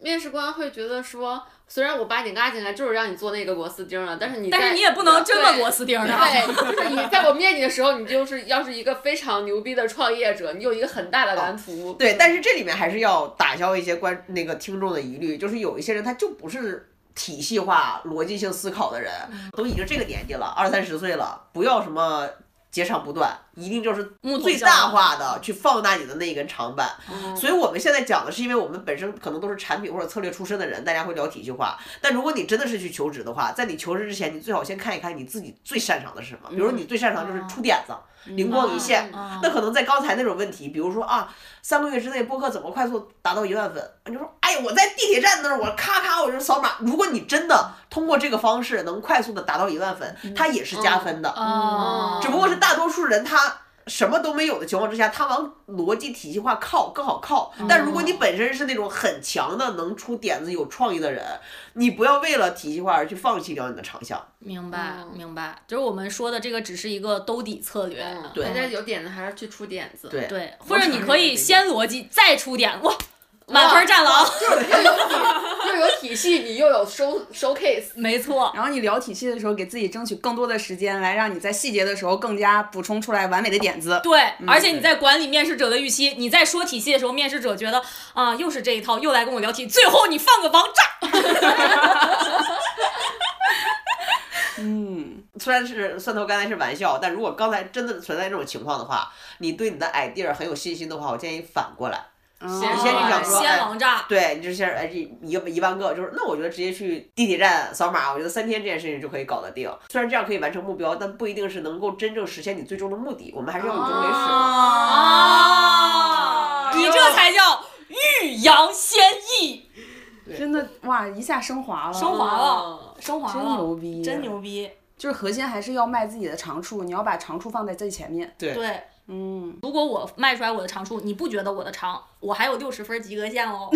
面试官会觉得说，虽然我把你拉进来就是让你做那个螺丝钉了，但是你
但是
在
你也不能这么
对
螺丝钉儿的啊。
嗯
对， 哦就是你在我面你的时候，你就是要是一个非常牛逼的创业者，你有一个很大的蓝图。
对，但是这里面还是要打消一些观那个听众的疑虑，就是有一些人他就不是体系化、逻辑性思考的人，都已经这个年纪了，二三十岁了，不要什么截长不断，一定就是
目睹
最
效应
大化的去放大你的那一根长板。所以我们现在讲的是，因为我们本身可能都是产品或者策略出身的人，大家会聊体系化。但如果你真的是去求职的话，在你求职之前，你最好先看一看你自己最擅长的是什么。比如你最擅长就是出点子，灵光一现。
啊
那可能在刚才那种问题，比如说啊，三个月之内播客怎么快速达到一万粉？你就说，哎，我在地铁站那儿，我咔咔我就扫码。如果你真的通过这个方式能快速的达到一万粉，它也是加分的。
哦，
嗯
只不过是大多数人他什么都没有的情况之下，他往逻辑体系化靠更好靠。但如果你本身是那种很强的能出点子、有创意的人，你不要为了体系化而去放弃掉你的长项。
明白
嗯
明白，就是我们说的这个只是一个兜底策略。
嗯，
对
大家有点子还是去出点子。
对
对，
我
或者
承
你
认
可
这
以
个
先逻辑再出点，哇，满分战狼，
又有体系，你又有收 showcase，
没错。
然后你聊体系的时候，给自己争取更多的时间，来让你在细节的时候更加补充出来完美的点子。
对，
嗯
而且你在管理面试者的预期，你在说体系的时候，面试者觉得啊、又是这一套，又来跟我聊题，最后你放个王炸，
嗯，
虽然是蒜头刚才是玩笑，但如果刚才真的存在这种情况的话，你对你的 idea 很有信心的话，我建议反过来，
哦
先是想说
啊先
哎
王炸，
对你就像哎这一个一万个，就是那我觉得直接去地铁站扫码，我觉得三天这件事情就可以搞得定。虽然这样可以完成目标，但不一定是能够真正实现你最终的目的，我们还是要以终为始嘛。
啊，你这才叫欲扬先抑，
真的哇，一下升华了，
升华了，升华
真
了，
牛逼，
哦真！牛逼，
就是核心还是要卖自己的长处，你要把长处放在最前面。
对。
嗯，
如果我卖出来我的长处，你不觉得我的长，我还有六十分及格线哦。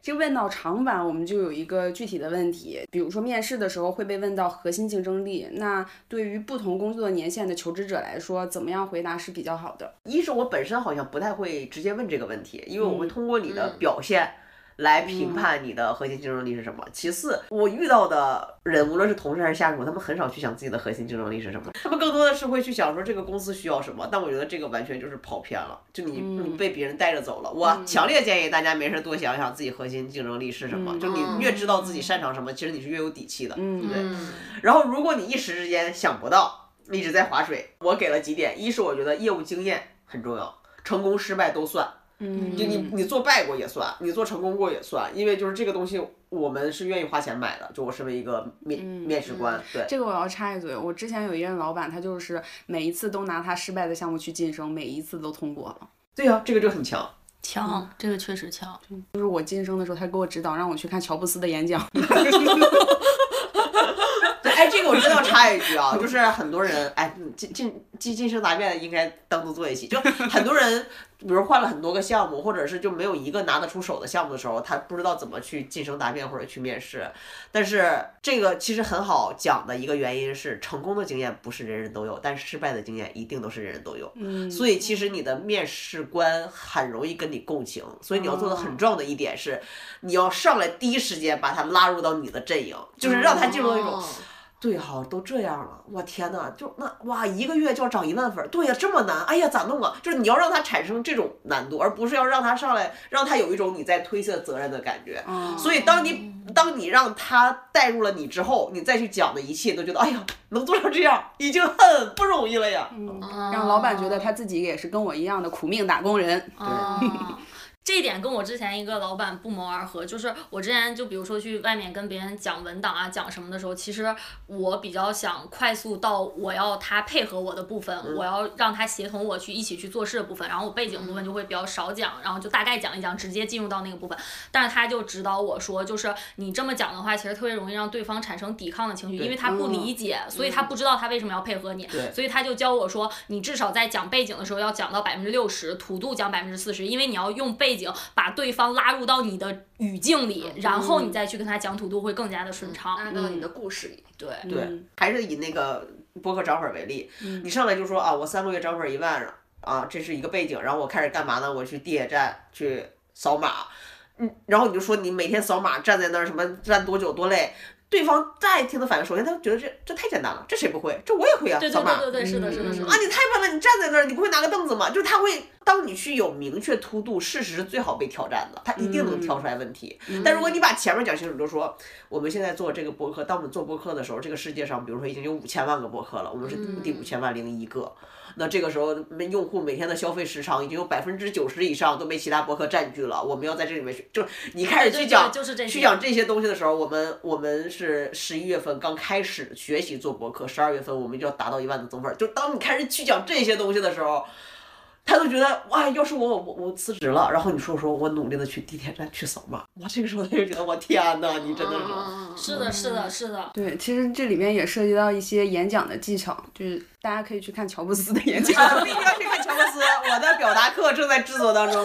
这问到长板，我们就有一个具体的问题，比如说面试的时候会被问到核心竞争力，那对于不同工作年限的求职者来说，怎么样回答是比较好的？
一是我本身好像不太会直接问这个问题，因为我会
嗯
通过你的
嗯
表现来评判你的核心竞争力是什么。其次，我遇到的人，无论是同事还是下属，他们很少去想自己的核心竞争力是什么，他们更多的是会去想说这个公司需要什么。但我觉得这个完全就是跑偏了，就你、
嗯
你被别人带着走了。我强烈建议大家没事多想想自己核心竞争力是什么，就你越知道自己擅长什么，其实你是越有底气的，对不对？
嗯嗯，
然后如果你一时之间想不到，一直在划水，我给了几点：一是我觉得业务经验很重要，成功失败都算，
嗯
就你你做败过也算，你做成功过也算，因为就是这个东西我们是愿意花钱买的。就我身为一个面、面试官，对。
这个我要插一嘴，我之前有一任老板，他就是每一次都拿他失败的项目去晋升，每一次都通过了。
对呀、这个就很强。
强，这个确实强。
就是我晋升的时候，他给我指导，让我去看乔布斯的演讲。
对，哎，这个我真的要插一句啊，就是很多人，哎，晋晋晋晋升答辩应该单独做一期，就很多人，比如换了很多个项目，或者是就没有一个拿得出手的项目的时候，他不知道怎么去晋升答辩或者去面试。但是这个其实很好讲的一个原因是，成功的经验不是人人都有，但是失败的经验一定都是人人都有。
嗯，
所以其实你的面试官很容易跟你共情，所以你要做的很重要的一点是，你要上来第一时间把他拉入到你的阵营，就是让他进入到一种。对哈，都这样了，我天呐，就那哇，一个月就要涨一万粉儿，对呀，这么难，哎呀，咋弄啊？就是你要让他产生这种难度，而不是要让他上来，让他有一种你在推卸责任的感觉。
嗯
所以当你当你让他带入了你之后，你再去讲的一切，都觉得哎呀，能做成这样已经很不容易了呀。
哦
让老板觉得他自己也是跟我一样的苦命打工人。
啊，这一点跟我之前一个老板不谋而合，就是我之前就比如说去外面跟别人讲文档啊、讲什么的时候，其实我比较想快速到我要他配合我的部分，我要让他协同我去一起去做事的部分，然后我背景部分就会比较少讲，然后就大概讲一讲，直接进入到那个部分。但是他就指导我说，就是你这么讲的话，其实特别容易让对方产生抵抗的情绪，
对
因为他不理解，所以他不知道他为什么要配合你，
对
嗯所以他就教我说，你至少在讲背景的时候要讲到百分之六十，土度讲百分之四十，因为你要用背景把对方拉入到你的语境里，然后你再去跟他讲土度会更加的顺畅。
嗯
拉到你的故事里。
对，
对，还是以那个博客涨粉为例，
嗯
你上来就说啊，我三个月涨粉一万啊，这是一个背景，然后我开始干嘛呢？我去地铁站去扫码，嗯，然后你就说你每天扫码站在那儿什么站多久多累。对方再听的反应，首先他觉得这这太简单了，这谁不会？这我也会啊，
对对
扫码
对对对，是的，是的，是的
啊，。你太笨了！你站在那儿，你不会拿个凳子吗？就是他会，当你去有明确突度，事实是最好被挑战的，他一定能挑出来问题。
嗯
但如果你把前面讲清楚，就说我们现在做这个博客，当我们做博客的时候，这个世界上，比如说已经有五千万个博客了，我们是
嗯
第五千万零一个。那这个时候，用户每天的消费时长已经有百分之九十以上都被其他博客占据了。我们要在这里面去，就是你开始
对
去
对
讲，
就是这些
去讲这些东西的时候，我们我们是十一月份刚开始学习做博客，十二月份我们就要达到一万的总粉儿。就当你开始去讲这些东西的时候，他都觉得哇，要是我我我辞职了，然后你说说我努力的去地铁站去扫码，哇，这个时候他就觉得我天呐，你真的是。
嗯
是的，是的，是的，
对，其实这里边也涉及到一些演讲的技巧，就是大家可以去看乔布斯的演讲。
啊，不一定要去看乔布斯，我的表达课正在制作当中，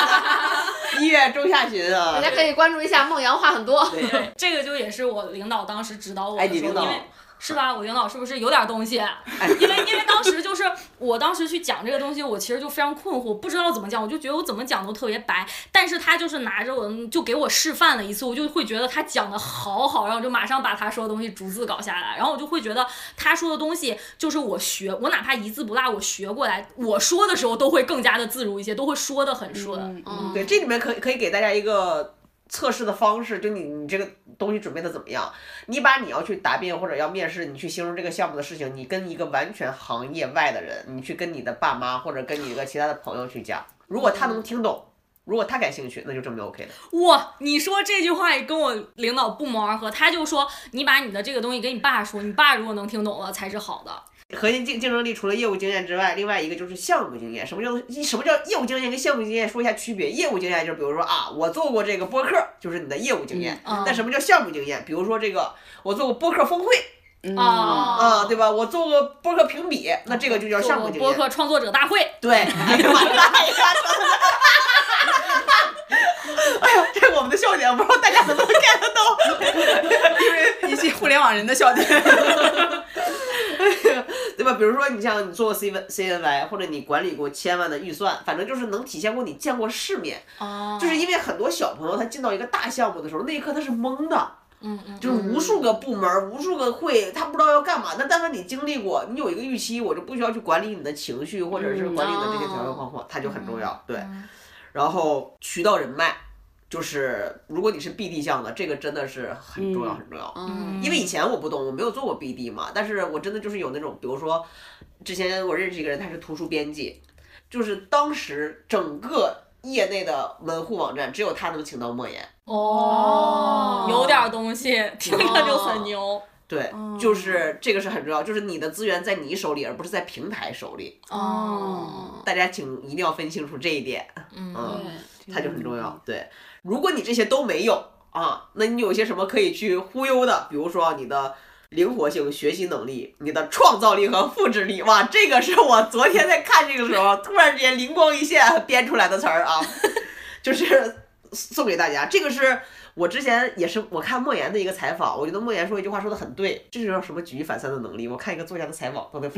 一月中下旬啊
大。家可以关注一下梦阳话很多。
对，
这个就也是我领导当时指导我
哎
的时候，
你领导哎
因为是吧？我领导是不是有点东西？啊 因为因为当时就是我当时去讲这个东西，我其实就非常困惑，不知道怎么讲，我就觉得我怎么讲都特别白。但是他就是拿着我就给我示范了一次，我就会觉得他讲的好好，然后我就马上把他说的东西逐字搞下来，然后我就会觉得他说的东西就是我学，我哪怕一字不落，我学过来，我说的时候都会更加的自如一些，都会说的很顺。
嗯，
对，这里面可以可以给大家一个测试的方式，就你你这个东西准备的怎么样？你把你要去答辩或者要面试，你去形容这个项目的事情，你跟一个完全行业外的人，你去跟你的爸妈或者跟你一个其他的朋友去讲，如果他能听懂。如果他感兴趣，那就证明 OK 的。
哇，你说这句话也跟我领导不谋而合，他就说你把你的这个东西给你爸说，你爸如果能听懂了才是好的。
核心竞竞争力除了业务经验之外，另外一个就是项目经验。什么叫做什么叫业务经验跟项目经验？说一下区别。业务经验就是比如说啊，我做过这个播客，就是你的业务经验。
嗯
那什么叫项目经验？比如说这个，我做过播客峰会，
嗯
啊
啊，对吧？我做过播客评比，那这个就叫项目
哦
经
播
验。
客创作者大会，
对， 哎呀妈呀！哎呀，这我们的笑点，不知道大家能不能 get 到。
一些互联网人的笑点。
对吧？比如说，你像你做过 C N C N Y，或者你管理过千万的预算，反正就是能体现过你见过世面。
哦
就是因为很多小朋友他进到一个大项目的时候，那一刻他是懵的，
嗯嗯，
就是无数个部门、无数个会，他不知道要干嘛。那但凡你经历过，你有一个预期，我就不需要去管理你的情绪，或者
嗯
是管理你的这些条
哦
条框框，它就很重要。对，然后渠道人脉，就是如果你是 BD 项的，这个真的是很重要，很重要。
嗯
因为以前我不懂，我没有做过 BD 嘛，但是我真的就是有那种，比如说，之前我认识一个人，他是图书编辑，就是当时整个业内的门户网站只有他能请到莫言。
哦，有点东西，听着就很牛。
对，就是这个是很重要，就是你的资源在你手里，而不是在平台手里。
哦，
大家请一定要分清楚这一点，
嗯，
它就很重要。对，如果你这些都没有啊，那你有些什么可以去忽悠的？比如说你的灵活性、学习能力、你的创造力和复制力。哇，这个是我昨天在看这个时候突然之间灵光一现编出来的词儿啊，就是送给大家。这个是。我之前也是，我看莫言的一个采访，我觉得莫言说一句话说的很对，这就叫什么举一反三的能力。我看一个作家的采访，都得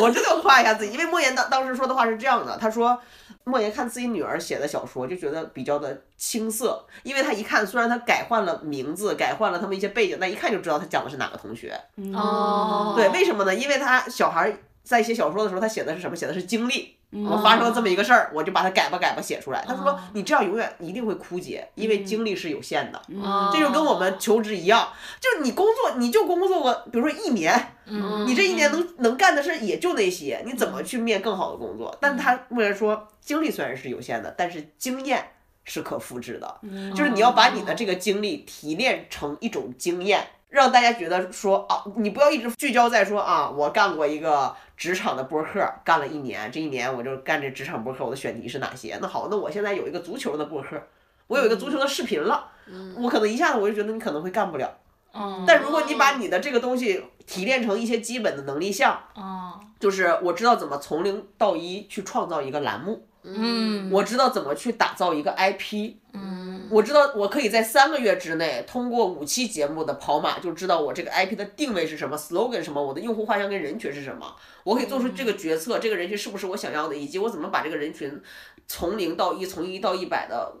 我真的夸一下自己，因为莫言当当时说的话是这样的，他说莫言看自己女儿写的小说就觉得比较的青涩，因为他一看虽然他改换了名字，改换了他们一些背景，但一看就知道他讲的是哪个同学。
哦，
嗯
对，为什么呢？因为他小孩在写小说的时候，他写的是什么？写的是经历。我发生了这么一个事儿，我就把它改吧改吧写出来。他说
哦嗯
你这样永远一定会枯竭，因为精力是有限的。
哦
这就跟我们求职一样，就是你工作你就工作个，比如说一年，
嗯，
你这一年能能干的事儿也就那些，你怎么去面更好的工作？
嗯
但他为了说精力虽然是有限的，但是经验是可复制的，
嗯
就是你要把你的这个经历提炼成一种经验。让大家觉得说啊，你不要一直聚焦在说啊，我干过一个职场的播客，干了一年，这一年我就干这职场播客，我的选题是哪些？那好，那我现在有一个足球的播客，我有一个足球的视频了，
嗯
我可能一下子我就觉得你可能会干不了。
哦，
但如果你把你的这个东西提炼成一些基本的能力项，
哦，
就是我知道怎么从零到一去创造一个栏目，
嗯，
我知道怎么去打造一个 IP，
嗯
我知道我可以在三个月之内通过五期节目的跑马就知道我这个 IP 的定位是什么，slogan 是什么，我的用户画像跟人群是什么，我可以做出
嗯
这个决策，这个人群是不是我想要的，以及我怎么把这个人群从零到一，从一到一百的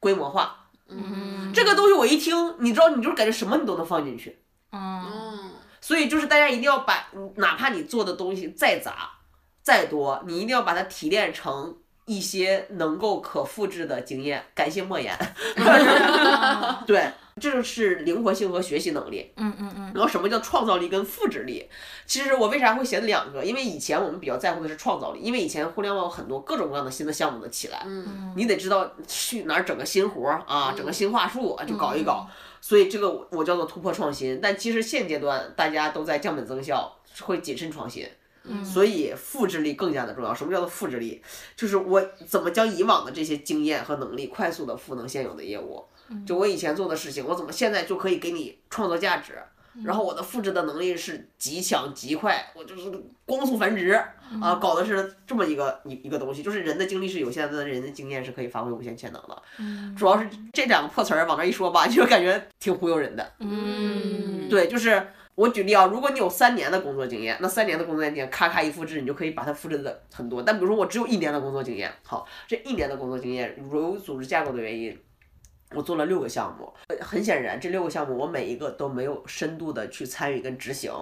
规模化。
嗯，
这个东西我一听，你知道，你就是感觉什么你都能放进去。
嗯
所以就是大家一定要把，哪怕你做的东西再杂、再多，你一定要把它提炼成一些能够可复制的经验。感谢莫言，对， 这就是灵活性和学习能力。
嗯嗯嗯
然后什么叫创造力跟复制力？其实我为啥会选两个？因为以前我们比较在乎的是创造力，因为以前互联网有很多各种各样的新的项目的起来，
嗯
你得知道去哪儿整个新活儿啊，整个新话术啊，就搞一搞。所以这个我我叫做突破创新。但其实现阶段大家都在降本增效，会谨慎创新。所以复制力更加的重要。什么叫做复制力？就是我怎么将以往的这些经验和能力快速的赋能现有的业务。就我以前做的事情，我怎么现在就可以给你创造价值？然后我的复制的能力是极强极快，我就是光速繁殖啊，搞的是这么一个一一个东西，就是人的精力是有限的，但人的经验是可以发挥无限潜能的。主要是这两个破词儿往那一说吧，就感觉挺忽悠人的。
嗯，
对，就是我举例啊，如果你有三年的工作经验，那三年的工作经验咔咔一复制，你就可以把它复制的很多。但比如说我只有一年的工作经验，好，这一年的工作经验，由于组织架构的原因。我做了六个项目，呃很显然这六个项目我每一个都没有深度的去参与跟执行。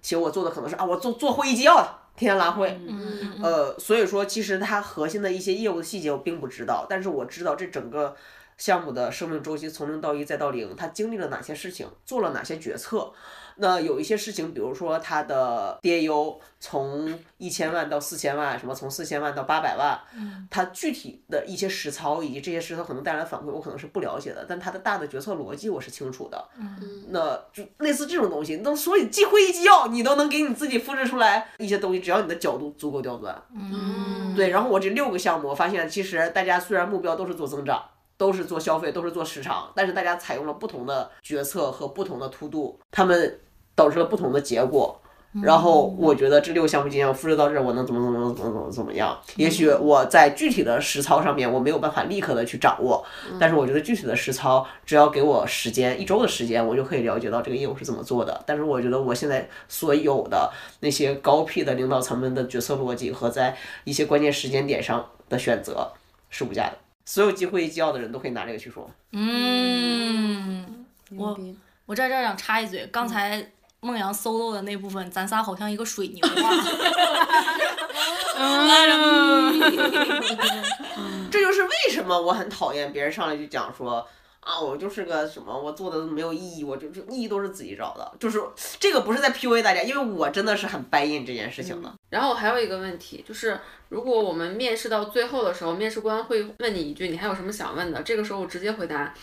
其实我做的可能是啊，我做做会议纪要的，天天拉会，
嗯
呃，所以说其实它核心的一些业务细节我并不知道，但是我知道这整个项目的生命周期从零到一再到零，它经历了哪些事情，做了哪些决策。那有一些事情，比如说它的 DAU 从一千万到四千万，什么从四千万到八百万，它具体的一些实操以及这些实操可能带来的反馈，我可能是不了解的，但它的大的决策逻辑我是清楚的。那就类似这种东西，那所以既会议纪要你都能给你自己复制出来一些东西，只要你的角度足够刁钻。
嗯，
对，然后我这六个项目，我发现其实大家虽然目标都是做增长，都是做消费，都是做市场，但是大家采用了不同的决策和不同的 to do，他们导致了不同的结果。然后我觉得这六个项目经验我复制到这儿，我能怎么怎么怎么怎么怎么样？也许我在具体的实操上面我没有办法立刻的去掌握，但是我觉得具体的实操只要给我时间一周的时间，我就可以了解到这个业务是怎么做的。但是我觉得我现在所有的那些高 P 的领导层们的决策逻辑和在一些关键时间点上的选择是无价的。所有机会纪要的人都可以拿这个去说。
嗯，
牛逼
我在这儿想插一嘴，刚才孟阳 solo 的那部分，咱仨好像一个水牛啊。嗯
这就是为什么我很讨厌别人上来就讲说啊，我就是个什么，我做的没有意义，我就是意义都是自己找的。就是这个不是在 PUA 大家，因为我真的是很 buy in 这件事情的。
然后还有一个问题就是，如果我们面试到最后的时候，面试官会问你一句：“你还有什么想问的？”这个时候我直接回答：“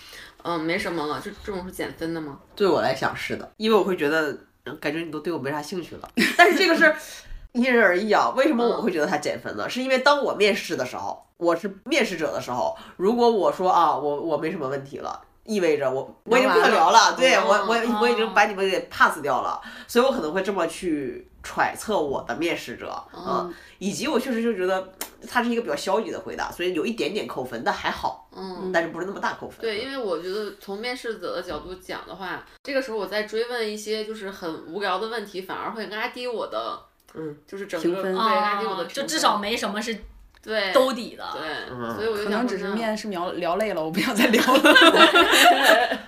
嗯，没什么了。”这这种是减分的吗？
对我来讲是的，因为我会觉得嗯感觉你都对我没啥兴趣了。但是这个是 因人而异啊。为什么我会觉得它减分呢？是因为当我面试的时候，我是面试者的时候，如果我说啊，我我没什么问题了。意味着我我已经不想聊了，哦对我我我已经把你们给 pass 掉了，所以我可能会这么去揣测我的面试者，嗯，以及我确实就觉得它是一个比较消极的回答，所以有一点点扣分，但还好，
嗯，
但是不是那么大扣分。
对，因为我觉得从面试者的角度讲的话，这个时候我在追问一些就是很无聊的问题，反而会拉低我的，
嗯，
就是整
评
个
分
对拉低我的
啊
评
就
分，
至少没什么是
对
兜底的。
对，
嗯
所以我就
可
想
能
说
只是
那
面试聊聊累了，我不想 再聊了。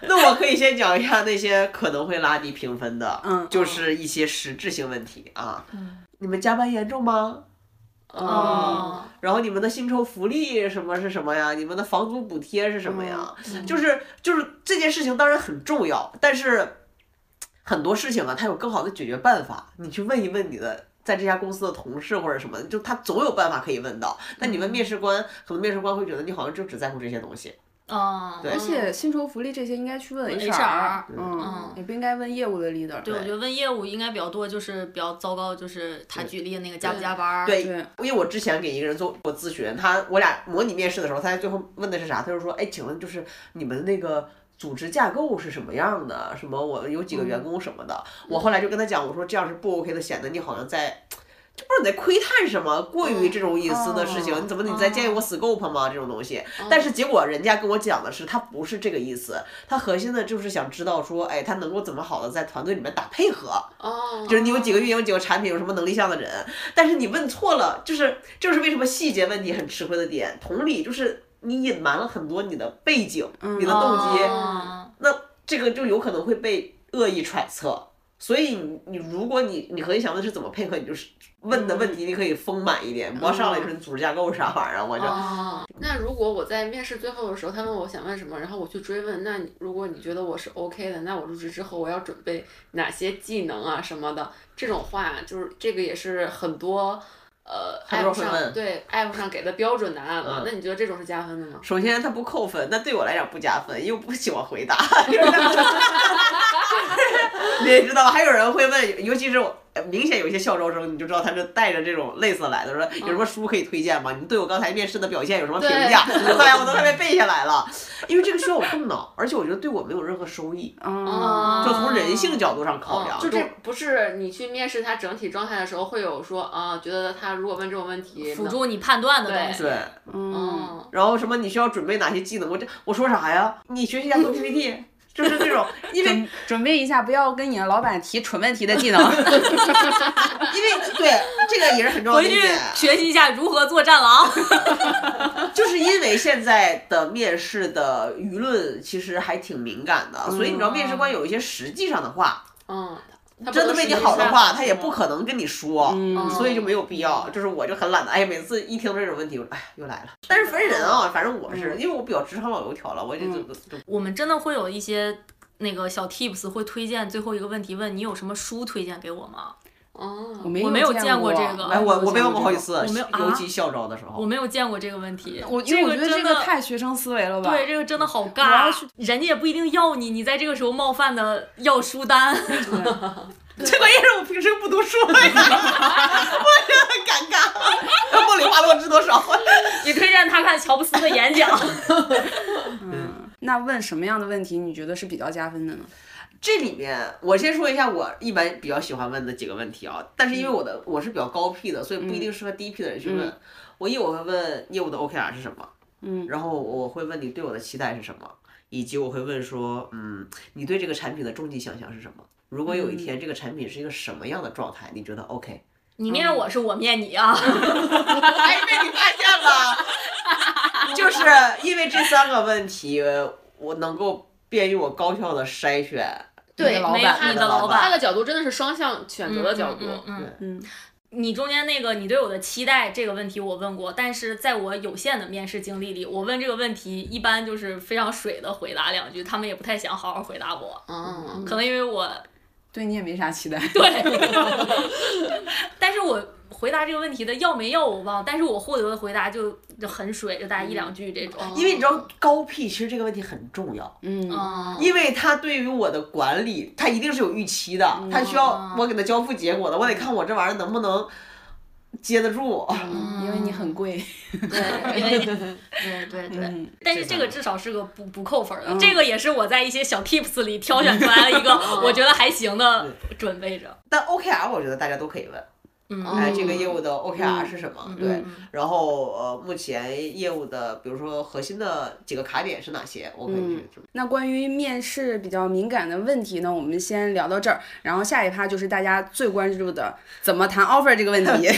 那我可以先讲一下那些可能会拉低评分的，
嗯
就是一些实质性问题啊。你们加班严重吗？
嗯
哦，
然后你们的薪酬福利什么是什么呀？你们的房租补贴是什么呀？
嗯
就是就是这件事情当然很重要，但是很多事情啊，它有更好的解决办法。你去问一问你的在这家公司的同事或者什么，就他总有办法可以问到。但
嗯
你问面试官，可能面试官会觉得你好像就只在乎这些东西。
哦，
对
而且薪酬福利这些应该去问
HR
嗯，也不应该问业务的 leader。
对，我觉得问业务应该比较多，就是比较糟糕，就是他举例的那个加不加班儿，
对，
对
因为我之前给一个人做过咨询，他我俩模拟面试的时候，他最后问的是啥？他就说，哎，请问就是你们那个组织架构是什么样的？什么我有几个员工什么的？
嗯
我后来就跟他讲，我说这样是不 OK 的，显得你好像在。就不知道你在窥探什么，过于这种隐私的事情，
嗯哦嗯
你怎么你在建议我 scope 吗？这种东西，但是结果人家跟我讲的是，他不是这个意思，他核心的就是想知道说，哎，他能够怎么好的在团队里面打配合，
哦，
就是你有几个运营，有几个产品，有什么能力项的人，但是你问错了，就是这就是为什么细节问题很吃亏的点。同理，就是你隐瞒了很多你的背景、你的
嗯
动机，
哦
那这个就有可能会被恶意揣测。所以你你如果你你核心想问是怎么配合，你就是问的问题你可以丰满一点，不要上来就是你组织架构是啥玩意儿啊，我就
哦，那如果我在面试最后的时候，他问我想问什么，然后我去追问，那你如果你觉得我是 OK 的，那我入职之后我要准备哪些技能啊什么的，这种话就是这个也是很多呃
很多人
app
会问
上对 app 上给的标准答案了
嗯。
那你觉得这种是加分的吗？
首先它不扣分，那对我来讲不加分，因为我不喜欢回答。 你也知道，还有人会问，尤其是我。呃明显有一些校招生，你就知道他是带着这种类似来的，说有什么书可以推荐吗？你们对我刚才面试的表现有什么评价？我发现我都快被背下来了，因为这个需要我动脑，而且我觉得对我没有任何收益，
哦
嗯，
就从人性角度上考量，
哦就这不是你去面试他整体状态的时候会有说啊，觉得他如果问这种问题，
辅
能
助你判断的东西。
对。
嗯，
嗯，
然后什么你需要准备哪些技能？我这我说啥呀？你学习一下做 PPT，就是这种，因为
准准备一下，不要跟你的老板提蠢问题的 技能。
因为对这个也是很重要的
回
一
去
点，
学习一下如何做战狼。
就是因为现在的面试的舆论其实还挺敏感的，所以你知道面试官有一些实际上的话，
嗯，他不
真的
能
为你
实际
好的
上
话，
说
他也不可能跟你说。
嗯
哦
所以就没有必要，就是我就很懒得，哎，每次一听这种问题，我就哎又来了。但是分人啊，反正我是因为我比较职场老油条了，我就就就
我们真的会有一些那个小 tips 会推荐最后一个问题问你有什么书推荐给我吗？
哦，
我没
我没有
有
见过
过
这个
哎，我我被问过好几
次。
次，
没有啊
尤其校招的时 候，
我没有见过这个问题，
我因
这
为
个
我觉得这
真
个
的
太学生思维了吧？
对，这个真的好
要
尬
去，
人家也不一定要你，你在这个时候冒犯的要 书单，
这关键是我平时不读书， 我就很尴尬。 梦里花落知多少？
你推荐他看乔布斯的演讲。
嗯，那问什么样的问题你觉得是比较加分的呢？
这里面我先说一下我一般比较喜欢问的几个问题啊，但是因为我的我是比较高 P 的，所以不一定适合低 P 的人去问。我一我会问业务的 OKR 是什么，
嗯，
然后我会问你对我的期待是什么，以及我会问说，嗯，你对这个产品的终极想象是什么？如果有一天这个产品是一个什么样的状态，你觉得 OK？
你面
嗯
我是我面你啊，
哎，被你发现了，就是因为这三个问题，我能够便于我高效的筛选。
对
没
老板
看
你
你
的
的
老
老
板
他的角度真的是双向选择的角度，
嗯嗯嗯
嗯
你中间那个你对我的期待这个问题我问过，但是在我有限的面试经历里，我问这个问题一般就是非常水的回答两句，他们也不太想好好回答我，
嗯
可能因为我
对你也没啥期待。
但是我回答这个问题的要没要我忘了，但是我获得的回答就就很水，就大概一两句这种。
哦
因为你知道高 P 其实这个问题很重要，
嗯
嗯
因为他对于我的管理，他一定是有预期的，他需要我给他交付结果的，我得看我这玩意儿能不能接得住。
嗯，因为你很贵。
对，因为对对对。
嗯
但是这个至少是个不不扣分的，
嗯
这个也是我在一些小 tips 里挑选出来了一个我觉得还行的准备着。
但 OKR 我觉得大家都可以问，
嗯
嗯
哎，这个业务的 OKR 是什么？
嗯
对
嗯嗯，
然后呃，目前业务的比如说核心的几个卡点是哪些？我可以去
嗯那关于面试比较敏感的问题呢，我们先聊到这儿，然后下一趴就是大家最关注的怎么谈 offer 这个问题。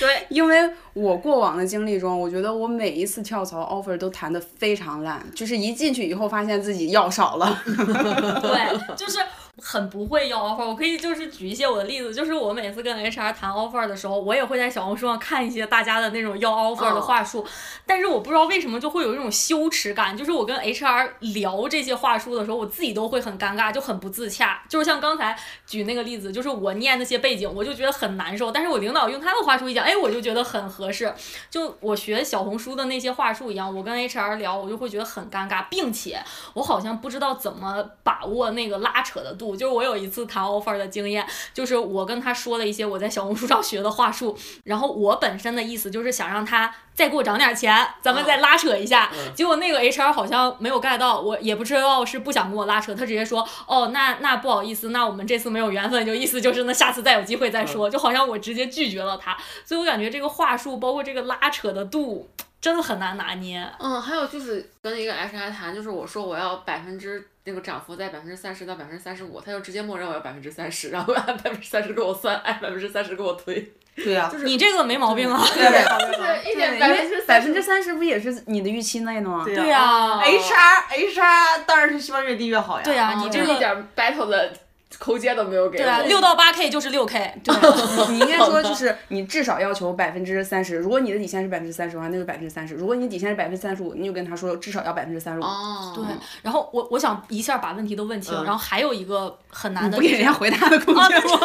对，
因为我过往的经历中，我觉得我每一次跳槽 offer 都谈得非常烂，就是一进去以后发现自己要少了。
对，就是很不会要 offer，我可以就是举一些我的例子，就是我每次跟 HR 谈 offer 的时候，我也会在小红书上看一些大家的那种要 offer 的话术，但是我不知道为什么就会有一种羞耻感，就是我跟 HR 聊这些话术的时候，我自己都会很尴尬，就很不自洽。就是像刚才举那个例子，就是我念那些背景，我就觉得很难受，但是我领导用他的话术一讲，哎，我就觉得很合适。就我学小红书的那些话术一样，我跟 HR 聊，我就会觉得很尴尬，并且我好像不知道怎么把握那个拉扯的度。就是我有一次谈 offer 的经验，就是我跟他说了一些我在小红书上学的话术，然后我本身的意思就是想让他再给我涨点钱，咱们再拉扯一下。
啊嗯
结果那个 HR 好像没有 get 到，我也不知道是不想跟我拉扯，他直接说：“哦，那那不好意思，那我们这次没有缘分，就意思就是那下次再有机会再
嗯
说。就好像我直接拒绝了他，所以我感觉这个话术包括这个拉扯的度真的很难拿捏。
嗯，还有就是跟一个 HR 谈，就是我说我要百分之那个涨幅在百分之三十到百分之三十五，他就直接默认我要百分之三十，然后按百分之三十给我算，按百分之三十给我推，
对呀、
就是
你这个没毛病啊。
对呀、
对，一点
对，
百
因为
分之
百分之三十不也是你的预期内的吗？
对啊
呀、
哎 HR HR 当然是希望越低越好呀。
对呀、啊你这
啊一
个
点 battle 的口街都没有给
对啊，
我。
六到八 K 就是六 K，对、
你应该说就是你至少要求百分之三十，如果你的底线是百分之三十的话，那就百分之三十；如果你底线是百分之三十五，你就跟他说至少要百分之三十五。
哦，
对，然后我我想一下把问题都问清，然后还有一个很难
你
的哦
不给人家回答的空间吗？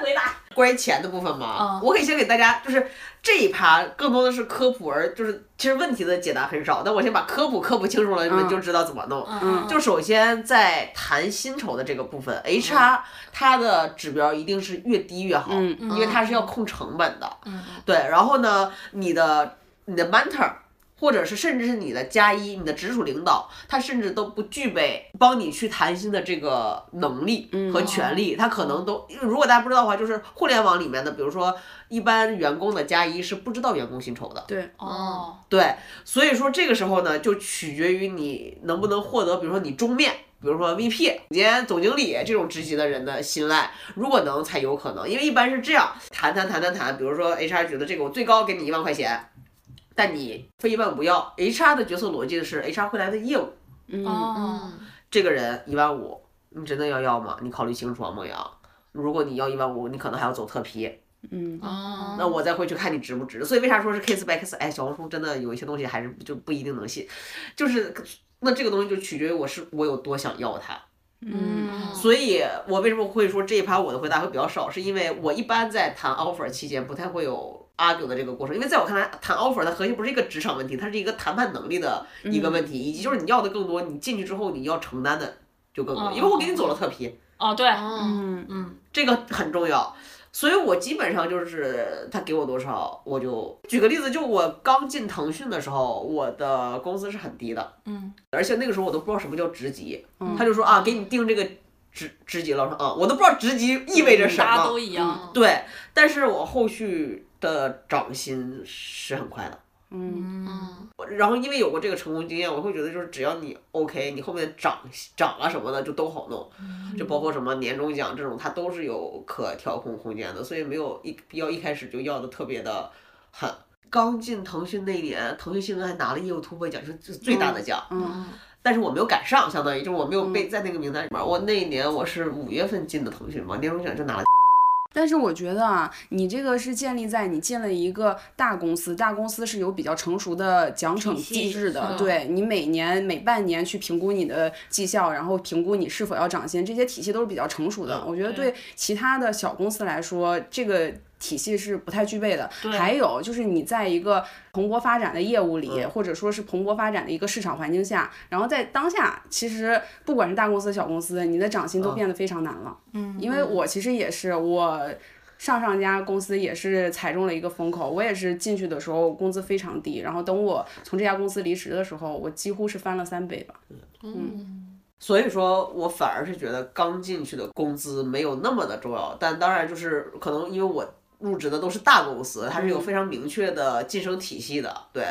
回答，
关于钱的部分嘛，
嗯
我可以先给大家，就是这一趴更多的是科普，而就是其实问题的解答很少。但我先把科普科普清楚了，你们
嗯
就知道怎么弄。
嗯，
就首先在谈薪酬的这个部分，HR 它的指标一定是越低越好，
嗯
嗯
因为它是要控成本的。
嗯
对，然后呢，你的你的 mentor。或者是甚至是你的加一，你的直属领导，他甚至都不具备帮你去谈薪的这个能力
嗯
和权
哦
利，他可能都，如果大家不知道的话，就是互联网里面的，比如说一般员工的加一是不知道员工薪酬 的，
对，
哦，
对，所以说这个时候呢，就取决于你能不能获得，比如说你中面，比如说 VP、总监、总经理这种职级的人的信赖。如果能，才有可能，因为一般是这样，谈谈谈谈谈，比如说 HR 觉得这个我最高给你一万块钱，但你非一万不要。HR 的角色逻辑是 HR 会来的业务，
嗯，
哦，
这个人一万五，你真的要要吗？你考虑清楚啊，孟阳。如果你要一万五，你可能还要走特批，
嗯，
哦，
那我再回去看你值不值。所以为啥说是 case by case？哎，小红书真的有一些东西还是就不一定能信，就是那这个东西就取决于我是我有多想要它。
嗯，
所以我为什么会说这一趴我的回答会比较少，是因为我一般在谈 offer 期间不太会有 argue 的这个过程，因为在我看来，谈 offer 它核心不是一个职场问题，它是一个谈判能力的一个问题，以及就是你要的更多，你进去之后你要承担的就更多，因为我给你走了特批，
哦，对，
哦，
嗯，
这个很重要。所以我基本上就是他给我多少，我就举个例子，就我刚进腾讯的时候，我的工资是很低的，
嗯，
而且那个时候我都不知道什么叫职级，
嗯
他就说啊，给你定这个职职级了，我说啊，我都不知道职级意味着什
嗯大家
么
都，一样，
对，但是我后续的涨薪是很快的。
嗯，
嗯，
我然后因为有过这个成功经验，我会觉得就是只要你 OK，你后面涨涨啊什么的就都好弄，就包括什么年终奖这种，它都是有可调控空间的，所以没有一必要一开始就要的特别的狠。刚进腾讯那一年，腾讯新闻还拿了业务突破奖，就是最最大的奖，
嗯
哦
但是我没有赶上，相当于就是我没有被在那个名单里面。我那一年我是五月份进的腾讯嘛，年终奖就拿了。
但是我觉得啊，你这个是建立在你进了一个大公司，大公司是有比较成熟的奖惩机制的，
嗯
对你每年每半年去评估你的绩效，然后评估你是否要涨薪，这些体系都是比较成熟的。我觉得对其他的小公司来说，这个。体系是不太具备的，还有就是你在一个蓬勃发展的业务里，或者说是蓬勃发展的一个市场环境下，然后在当下，其实不管是大公司、小公司，你的涨薪都变得非常难了。因为我其实也是我。上上家公司也是踩中了一个风口，我也是进去的时候工资非常低，然后等我从这家公司离职的时候，我几乎是翻了三倍吧。
所以说我反而是觉得刚进去的工资没有那么的重要，但当然就是可能因为我入职的都是大公司，它是有非常明确的晋升体系的，对。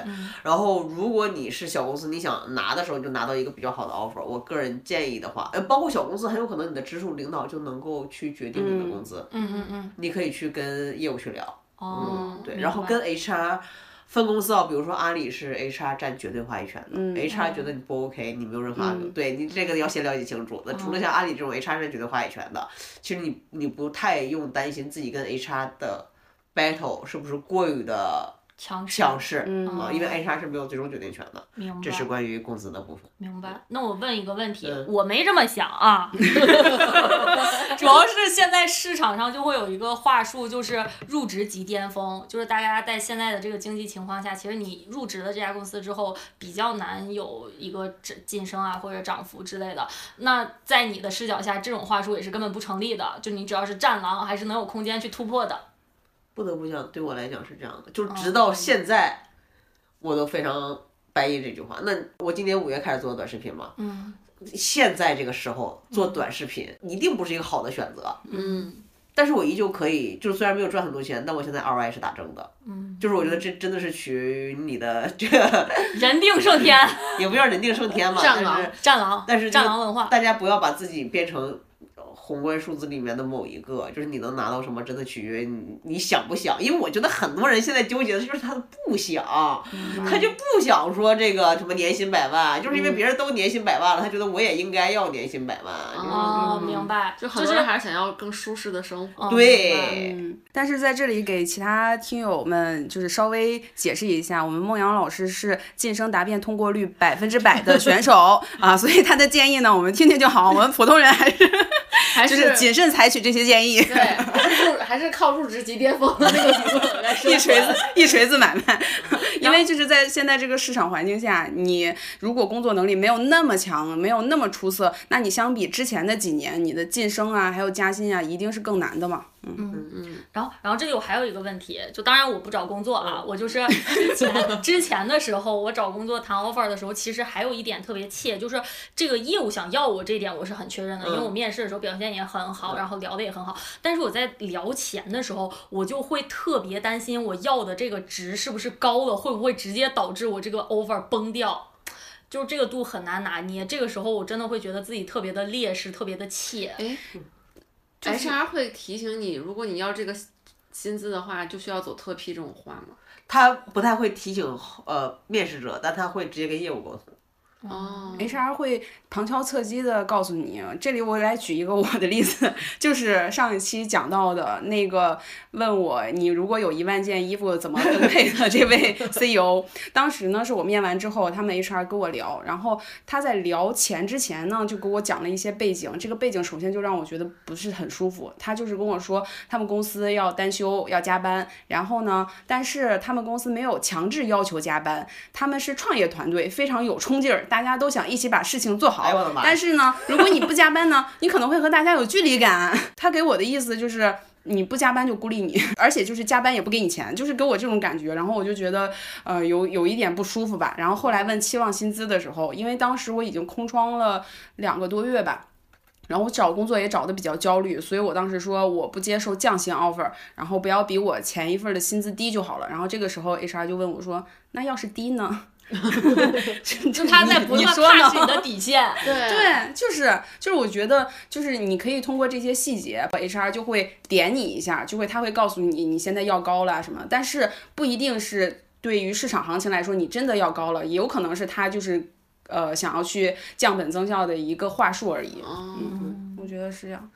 然后如果你是小公司，你想拿的时候就拿到一个比较好的 offer，我个人建议的话，呃，包括小公司，很有可能你的直属领导就能够去决定你的工资，
嗯嗯嗯，
你可以去跟业务去聊，
嗯
哦，
对，然后跟 HR 分公司啊，比如说阿里是 HR 占绝对话语权的、
嗯
h r 觉得你不 OK，你没有任何、对你这个要先了解清楚。那除
哦
了像阿里这种 HR 占绝对话语权的，其实你你不太用担心自己跟 HR 的 battle 是不是过于的
强势，
强势，
嗯
哦
啊，因为 HR 是没有最终决定权的。
明白，
这是关于工资的部分。
明白。那我问一个问题，
嗯
我没这么想 啊，主要是现在市场上就会有一个话术，就是入职即巅峰，就是大家在现在的这个经济情况下，其实你入职了这家公司之后，比较难有一个晋晋升啊或者涨幅之类的。那在你的视角下，这种话术也是根本不成立的，就你只要是战狼，还是能有空间去突破的。
不得不讲，对我来讲是这样的，就是
哦
直到现在，我都非常白银这句话。那我今年五月开始做短视频嘛，
嗯
现在这个时候做短视频一定不是一个好的选择。
嗯，
但是我依旧可以，就是虽然没有赚很多钱，但我现在 ROI 是打正的。
嗯，
就是我觉得这真的是取你的这，
人定胜天，
也不叫人定胜天嘛，
战
但
狼
是
战狼，
但是就
战狼文化，
大家不要把自己变成宏观数字里面的某一个，就是你能拿到什么，真的取决于你你想不想。因为我觉得很多人现在纠结的就是他不想，他就不想说这个什么年薪百
嗯
万，就是因为别人都年薪百万了，他觉得我也应该要年薪百万。
啊
就是
哦，
嗯哦
明白，
就很
就
多
是
人还是想要更舒适的生活。
嗯明白
对，
嗯，但是在这里给其他听友们就是稍微解释一下，我们孟阳老师是晋升答辩通过率百分之百 的选手啊，所以他的建议呢，我们听听就好，我们普通人还是
还
就是谨慎采取这些建议，
对，还是入还是靠入职即巅峰的那个 理论来 说。
一锤子一锤子买 卖，因为就是在现在这个市场环境下，你如果工作能力没有那么强，没有那么出色，那你相比之前的几年，你的晋升啊，还有加薪啊，一定是更难的嘛。
然后，然后这里我还有一个问题，就当然我不找工作
嗯
啊，我就是 之前之前的时候，我找工作谈 offer 的时候，其实还有一点特别切，就是这个业务想要我这一点我是很确认的，因
嗯
为我面试的时候表现也很好，然后聊的也很好，但是我在聊钱的时候，我就会特别担心我要的这个值是不是高了，会不会直接导致我这个 offer 崩掉。就是这个度很难拿捏，这个时候我真的会觉得自己特别的劣势，特别的怯。
HR 会提醒你，如果你要这个薪资的话，就需要走特批这种话吗？
他不太会提醒呃面试者，但他会直接跟业务沟通。
哦，
HR 会旁敲侧击的告诉你。这里我来举一个我的例子，就是上一期讲到的那个问我你如果有一万件衣服怎么分配的这 位 CEO，当时呢是我面完之后，他们 HR 跟我聊，然后他在聊钱之前呢就给我讲了一些背景，这个背景首先就让我觉得不是很舒服，他就是跟我说他们公司要单休要加班，然后呢，但是他们公司没有强制要求加班，他们是创业团队，非常有冲劲儿，大家都想一起把事情做好。
哎我的妈呀
哦但是呢，如果你不加班呢，你可能会和大家有距离感。他给我的意思就是。你不加班就孤立你， 而且就是加班也不给你钱，就是给我这种感觉。然后我就觉得，呃，有有一点不舒服吧。然后后来问期望薪资的时候，因为当时我已经空窗了两个多月吧，然后我找工作也找的比较焦虑，所以我当时说我不接受降薪 offer，然后不要比我前一份的薪资低就好了。然后这个时候 HR 就问我说：“那要是低呢？”
就他在不
你
断
说呢
push 你的 底线。
对
对，就是就是，我觉得就是你可以通过这些细节，HR 就会点你一下，就会他会告诉你你现在要高了什么，但是不一定是对于市场行情来说你真的要高了，也有可能是他就是呃想要去降本增效的一个话术而已。
嗯，
我觉得是这样。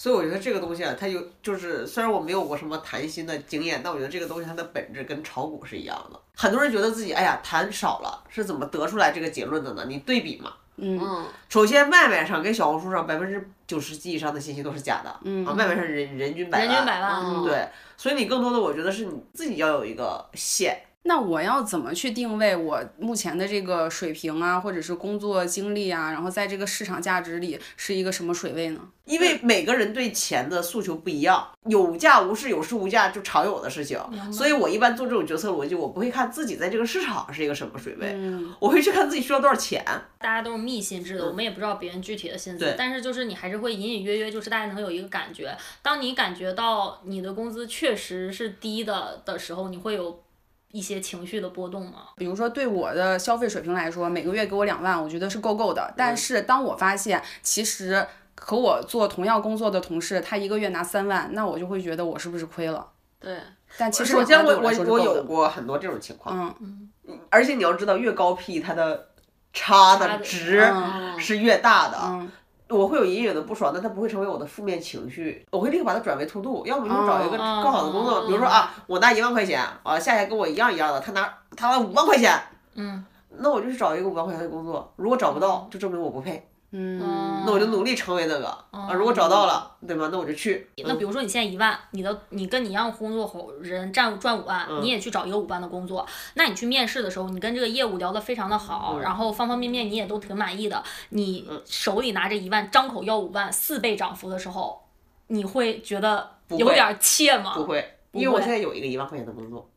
所以我觉得这个东西啊，它有就是虽然我没有过什么谈心的经验，但我觉得这个东西它的本质跟炒股是一样的。很多人觉得自己哎呀谈少了，是怎么得出来这个结论的呢？你对比嘛，
嗯
嗯，
首先外卖上跟小红书上百分之九十几以上的信息都是假的，
嗯
啊，外卖上人人均百
人
万，
均百万，
嗯
对，所以你更多的我觉得是你自己要有一个线，
那我要怎么去定位我目前的这个水平啊，或者是工作经历啊，然后在这个市场价值里是一个什么水位呢？
因为每个人对钱的诉求不一样，有价无市，有市无价就常有的事情。所以我一般做这种决策逻辑，我不会看自己在这个市场是一个什么水位，
嗯啊
我会去看自己需要多少钱。
大家都是密薪制的，我们也不知道别人具体的薪资
对，
但是就是你还是会隐隐约约，就是大家能有一个感觉。当你感觉到你的工资确实是低的的时候，你会有一些情绪的波动吗？
比如说对我的消费水平来说，每个月给我两万，我觉得是够够的。
嗯
但是当我发现其实和我做同样工作的同事，他一个月拿三万，那我就会觉得我是不是亏了？
对，
但其实
首
两
先我
万对来说
我
是
我
够
有
的，
过很多这种情况，
嗯，
而且你要知道，越高 P 它的差
差
的
的
值
嗯
是越大的。
嗯，
我会有隐隐的不爽，但它不会成为我的负面情绪，我会立刻把它转为 to do，要么就
哦
找一个
哦
更好的工作，比如说啊，我拿一万块钱啊，夏夏跟我一样一样的，他拿他拿五万块钱，
嗯，
那我就去找一个五万块钱的工作，如果找不到，就证明我不配，
嗯，
那我就努力成为那个
哦
啊，如果找到了，对吗？那我就去，
那比如说你现在一万，你的你跟你一样工作伙人赚赚五万，
嗯
你也去找一个五万的工作，那你去面试的时候，你跟这个业务聊得非常的好，
嗯
然后方方面面你也都挺满意的，你手里拿着一万，张口要五万，四倍涨幅的时候，你会觉得
不
有
会
点儿怯吗？
不会，
不
因为我
会
现在有一个一万块钱的工作，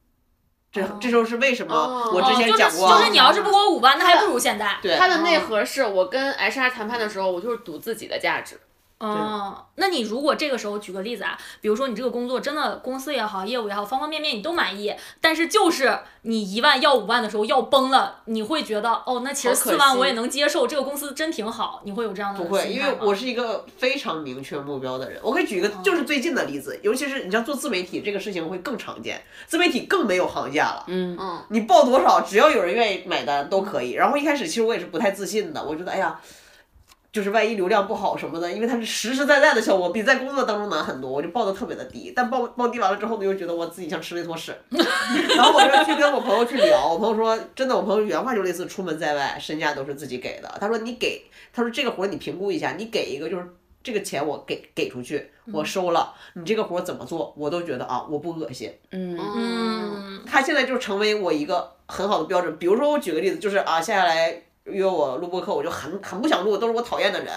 这
哦
这就是为什么
哦
我之
哦，
前讲过啊
就是，就是你要是不给我五万，那还不如现在。
对
它的内核是我跟 HR 谈判的时候，我就是赌自己的价值。
哦，那你如果这个时候举个例子啊，比如说你这个工作真的公司也好，业务也好，方方面面你都满意，但是就是你一万要五万的时候要崩了，你会觉得哦，那其实
好可
四万
惜
我也能接受，这个公司真挺好，你会有这样的
不会，
心
因
态
为
吗哦
我是一个非常明确目标的人。我可以举一个就是最近的例子，尤其是你像做自媒体这个事情会更常见，自媒体更没有行价了。
嗯
嗯，
你报多少，只要有人愿意买单都可以。然后一开始其实我也是不太自信的，我觉得哎呀，就是万一流量不好什么的，因为它是实实在在的效果，比在工作当中难很多，我就报的特别的低。但报报低完了之后呢，又觉得我自己像吃了一坨 屎。然后我就去跟我朋友去聊，我朋友说真的，我朋友原话就类似出门在外，身价都是自己给的。他说你给，他说这个活你评估一下，你给一个就是。这个钱我给给出去，我收了。你这个活怎么做，我都觉得啊，我不恶心。
嗯
嗯
他现在就成为我一个很好的标准。比如说，我举个例子，就是啊，下下来约我录播课，我就很很不想录，都是我讨厌的人。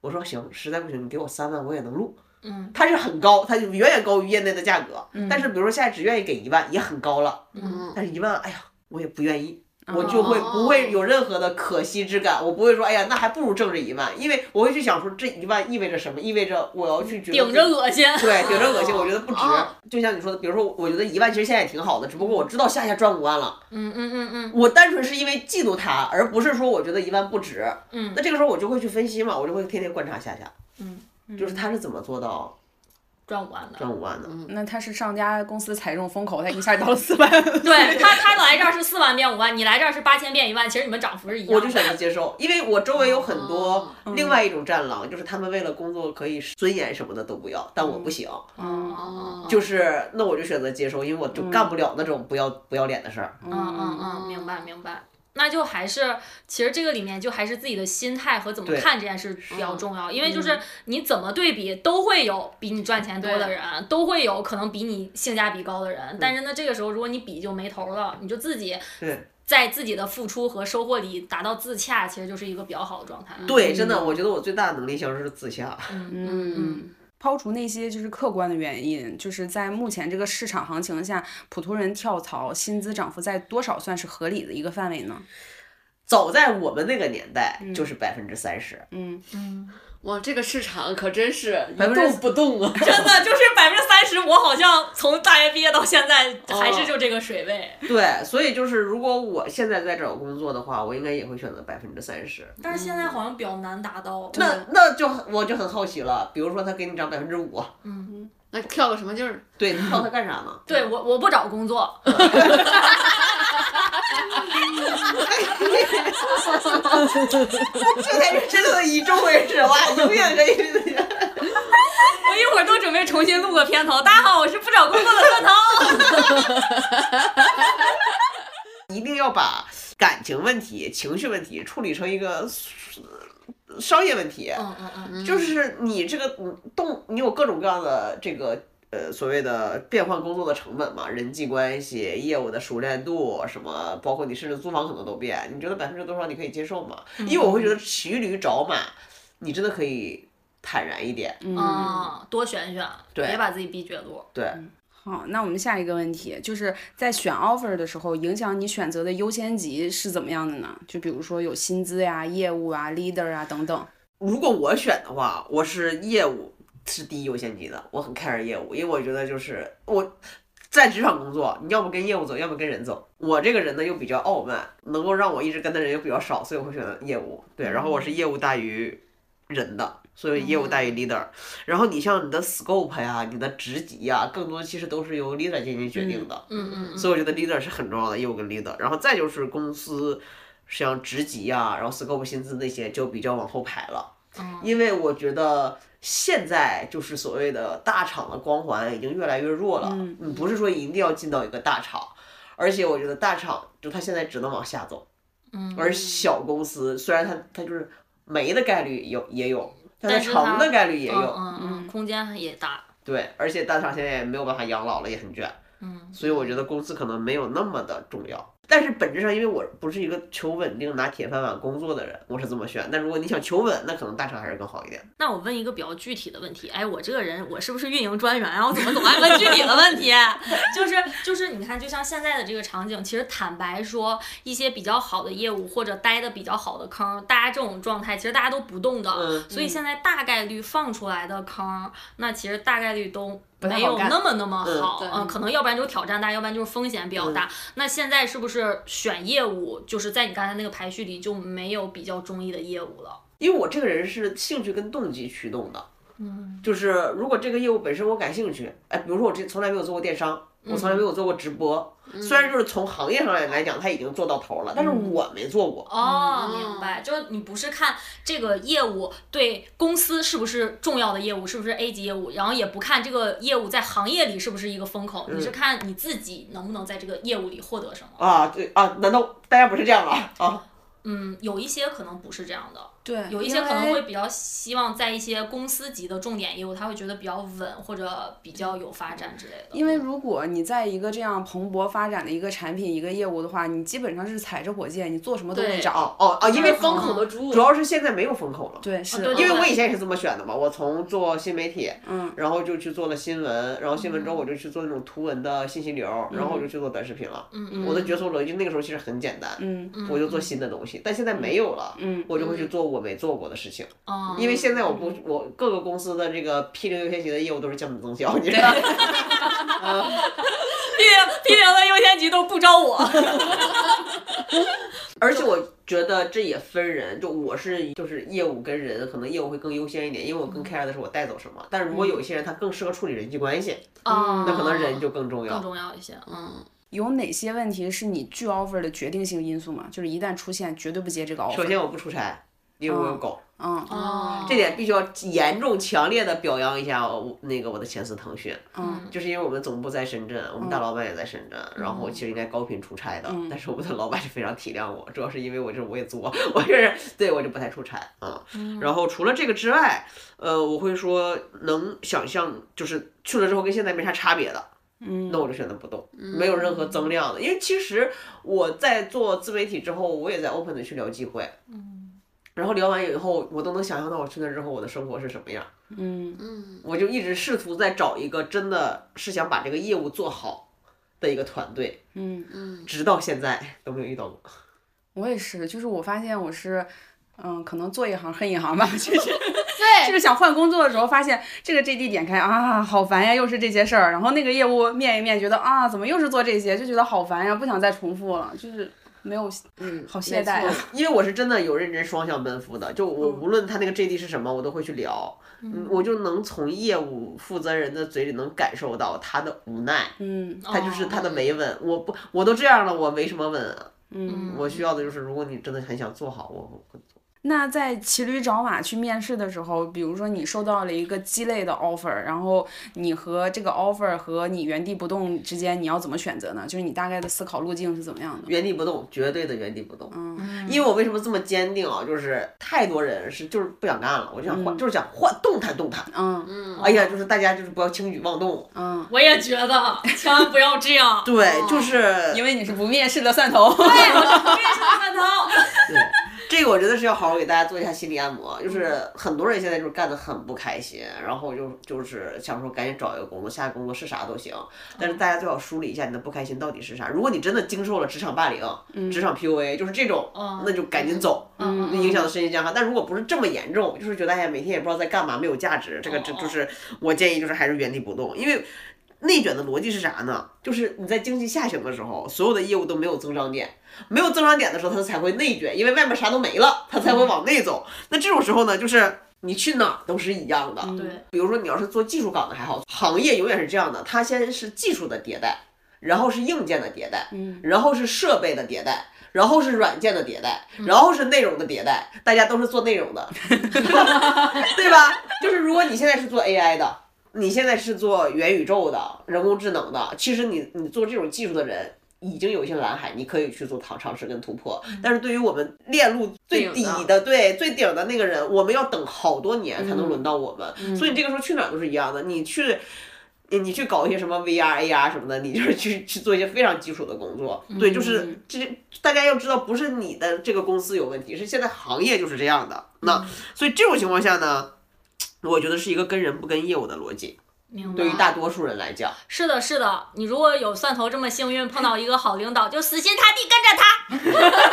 我说行，实在不行你给我三万，我也能录。
嗯
他是很高，他就远远高于业内的价格。但是比如说现在只愿意给一万，也很高了。
嗯
但是一万，哎呀，我也不愿意，我
哦
就会不会有任何的可惜之感，我不会说，哎呀，那还不如挣这一万，因为我会去想说这一万意味着什么，意味着我要去觉得
顶着恶心，
对，顶着恶心，我觉得不值
哦。
就像你说的，比如说，我觉得一万其实现在也挺好的，只不过我知道夏夏赚五万了，
嗯嗯嗯
我单纯是因为嫉妒他，而不是说我觉得一万不值。
嗯
那
嗯，
这个时候我就会去分析嘛，我就会天天观察夏夏，
嗯，
就是他是怎么做到
赚五万的，
赚五万的。
嗯那他是上家公司踩中风口，他一下到了 四万，
对他他来这儿是四万变五万，你来这儿是八千变一万，其实你们涨幅是一样的。哦
我就选择接受，因为我周围有很多
哦
嗯
另外一种战狼，就是他们为了工作可以尊严什么的都不要，但我不行，
嗯
哦，
就是那我就选择接受，因为我就干不了那种不要不要脸的事儿。
嗯嗯嗯，明白明白。那就还是，其实这个里面就还是自己的心态和怎么
对
看这件事比较重要，因为就是你怎么对比，都会有比你赚钱多的
对
人，都会有可能比你性价比高的人。但是呢，这个时候如果你比就没头了，你就自己
对
在自己的付出和收获里达到自洽，其实就是一个比较好的状态。
对，真的，我觉得我最大的能力项是自洽。
嗯，
嗯，抛除那些就是客观的原因，就是在目前这个市场行情下，普通人跳槽薪资涨幅在多少算是合理的一个范围呢？
早在我们那个年代就是百分之三十，
嗯，
哇，这个市场可真是一
百分之
动不动啊！
真的就是百分之三十，我好像从大学毕业到现在还是就这个水位。
对，所以就是如果我现在在找工作的话，我应该也会选择百分之三十。
但是现在好像比较难达到。
那那就很我就很好奇了，比如说他给你涨百分之五，
那跳个什么劲儿？
对，你靠他干啥呢？
对我，我不找工作，
这才是真正的以终为始，哇，永远可以。
我一会儿都准备重新录个片头。大家好，我是不找工作的片头。
一定要把 感情问题、情绪问题处理成一个呃商业问题，
嗯嗯嗯，
就是你这个嗯动，你有各种各样的这个呃所谓的变换工作的成本嘛，人际关系、业务的熟练度什么，包括你甚至租房可能都变，你觉得百分之多少你可以接受吗？因为我会觉得骑驴找马，你真的可以坦然一点，
啊、多选选，
对
别把自己逼绝路。
对。
好，那我们下一个问题就是在选 offer 的时候，影响你选择的优先级是怎么样的呢？就比如说有薪资呀、业务啊、leader 啊等等。
如果我选的话，我是业务是第一优先级的，我很 care 业务，因为我觉得就是我在职场工作，你要么跟业务走，要么跟人走。我这个人呢又比较傲慢，能够让我一直跟的人又比较少，所以我会选择业务。对，然后我是业务大于人的，作为业务
嗯
带与 leader，、然后你像你的 scope 呀、你的职级呀，更多其实都是由 leader 进行决定的。
嗯嗯嗯，
所以我觉得 leader 是很重要的业务跟 leader，然后再就是公司像职级啊，然后 scope 薪资那些就比较往后排了，
嗯
因为我觉得现在就是所谓的大厂的光环已经越来越弱了，
嗯
你不是说一定要进到一个大厂，而且我觉得大厂就它现在只能往下走，
嗯
而小公司虽然它它就是没的概率有也有，但
但
是
是
成
它
的概率也有，
嗯嗯，空间也大，
对，而且大厂现在也没有办法养老了，也很卷。
嗯
所以我觉得公司可能没有那么的重要。但是本质上，因为我不是一个求稳定拿铁饭碗工作的人，我是这么选。那如果你想求稳，那可能大厂还是更好一点。
那我问一个比较具体的问题，哎，我这个人我是不是运营专员啊？我怎么总爱问具体的问题？啊 就是就是，你看，就像现在的这个场景，其实坦白说，一些比较好的业务或者待的比较好的坑，大家这种状态，其实大家都不动的，
嗯
所以现在大概率放出来的坑，那其实大概率都
不太好
没有
干
那么那么
嗯
好，
对
嗯，可能要不然就是挑战大，要不然就是风险比较大。那现在是不是选业务，就是在你刚才那个排序里就没有比较中意的业务了？
因为我这个人是兴趣跟动机驱动的，
嗯
就是如果这个业务本身我感兴趣，哎，比如说我这从来没有做过电商，我从来没有做过直播，虽然就是从行业上来讲，它已经做到头了，但是我没做过。
哦，
嗯
明白，就是你不是看这个业务对公司是不是重要的业务，是不是 A 级业务，然后也不看这个业务在行业里是不是一个风口，你
嗯
是看你自己能不能在这个业务里获得什么。
啊，对啊，难道大家不是这样吗？啊，
嗯，有一些可能不是这样的，
对，
有一些可能会比较希望在一些公司级的重点业务，他会觉得比较稳或者比较有发展之类的。
因为如果你在一个这样蓬勃发展的一个产品、一个业务的话，你基本上是踩着火箭，你做什么都会
对
涨。
哦哦啊，因为
风口的猪，
主要是现在没有风口了。
对，是
哦对
的，
因为我以前也是这么选的嘛，我从做新媒体，
嗯，
然后就去做了新闻，然后新闻之后我就去做那种图文的信息流，然后我就去做短视频了。
嗯
我的决策逻辑那个时候其实很简单，
嗯
我就做新的东西，但现在没有了，
嗯
我就会去做我没做过的事情，
哦，
因为现在我不，我各个公司的这个批量优先级的业务都是降本增效，你知道吗？
批评批评的优先级都不招我。
而且我觉得这也分人，就我是就是业务跟人，可能业务会更优先一点，因为我
嗯
更 care 的是我带走什么。但是如果有一些人他更适合处理人际关系，
哦，
嗯那可能人就更重要
更。重要一些。
嗯，
有哪些问题是你拒 offer 的决定性因素吗？就是一旦出现，绝对不接这个 offer。
首先，我不出差，因为我有狗，
嗯
哦，
这点必须要严重、强烈的表扬一下我那个我的前司腾讯，
嗯
就是因为我们总部在深圳，我们大老板也在深圳，然后其实应该高频出差的，但是我们的老板是非常体谅我，主要是因为我就是我也作，我就是对我就不太出差啊、然后除了这个之外，呃，我会说能想象就是去了之后跟现在没啥差别的，
嗯
那我就选择不动，没有任何增量的。因为其实我在做自媒体之后，我也在 open 的去聊机会，嗯，然后聊完以后，我都能想象到我去那之后我的生活是什么样。
嗯
我就一直试图在找一个真的是想把这个业务做好的一个团队，
嗯，
直到现在都没有遇 到过。
我也是，就是我发现我是。嗯，可能做一行恨一行吧，就是就
对，
是想换工作的时候，发现这个 JD 点开啊，好烦呀，又是这些事儿。然后那个业务面一面，觉得啊，怎么又是做这些，就觉得好烦呀，不想再重复了，就是没有
嗯，
好懈怠啊
没错
因为我是真的有认真双向奔赴的，就我
嗯
无论他那个 JD 是什么，我都会去聊，嗯，我就能从业务负责人的嘴里能感受到他的无奈，
嗯
他
哦
就是他的维稳，我不我都这样了，我没什么稳啊，
嗯。
我需要的就是如果你真的很想做好，我我
那在骑驴找马去面试的时候，比如说你收到了一个鸡肋的 offer，然后你和这个 offer 和你原地不动之间，你要怎么选择呢？就是你大概的思考路径是怎么样的？
原地不动，绝对的原地不动。
嗯
因为我为什么这么坚定啊？就是太多人是就是不想干了，我就想换，就是想换动弹动弹。
嗯
哎呀，就是大家就是不要轻举妄动。
嗯，哦
我也觉得千万不要这样。
对，就是
因为你是不面试的蒜头。
对，我是不愿意上饭堂。
对这个，我觉得是要好好给大家做一下心理按
嗯
摩。就是很多人现在就是干得很不开心，然后就就是想说赶紧找一个工作，下一个工作是啥都行。
嗯
但是大家最好梳理一下你的不开心到底是啥。如果你真的经受了职场霸
嗯
凌、职场 PUA，就是这种，那就赶紧走。嗯那影响的身心健康。但如果不是这么严重，就是觉得哎呀每天也不知道在干嘛，没有价值，这个这就是我建议就是还是原地不动，因为内卷的逻辑是啥呢？就是你在经济下行的时候，所有的业务都没有增长点，没有增长点的时候，它才会内卷，因为外面啥都没了，它才会往内走。那这种时候呢，就是。你去哪儿都是一样的。
嗯对，
比如说你要是做技术岗的还好，行业永远是这样的，它先是技术的迭代，然后是硬件的迭代，
嗯，
然后是设备的迭代。然后是软件的迭代，
嗯
然后是内容的迭代，大家都是做内容的， 对吧？就是如果你现在是做 AI 的，你现在是做元宇宙的、人工智能的，其实你你做这种技术的人已经有一些蓝海，你可以去做尝尝试跟突破。但是对于我们链路最
嗯顶
底的、
的
对最顶的那个人，我们要等好多年
嗯
才能轮到我们。所以你这个时候去哪儿都是一样的，你去。你去搞一些什么 VR、AR 什么的，你就是去去做一些非常基础的工作。对，就是这大家要知道，不是你的这个公司有问题，是现在行业就是这样的。那所以这种情况下呢，我觉得是一个跟人不跟业务的逻辑。
明白。
对于大多数人来讲，
是的，是的，你如果有蒜头这么幸运碰到一个好领导，就死心塌地跟着他。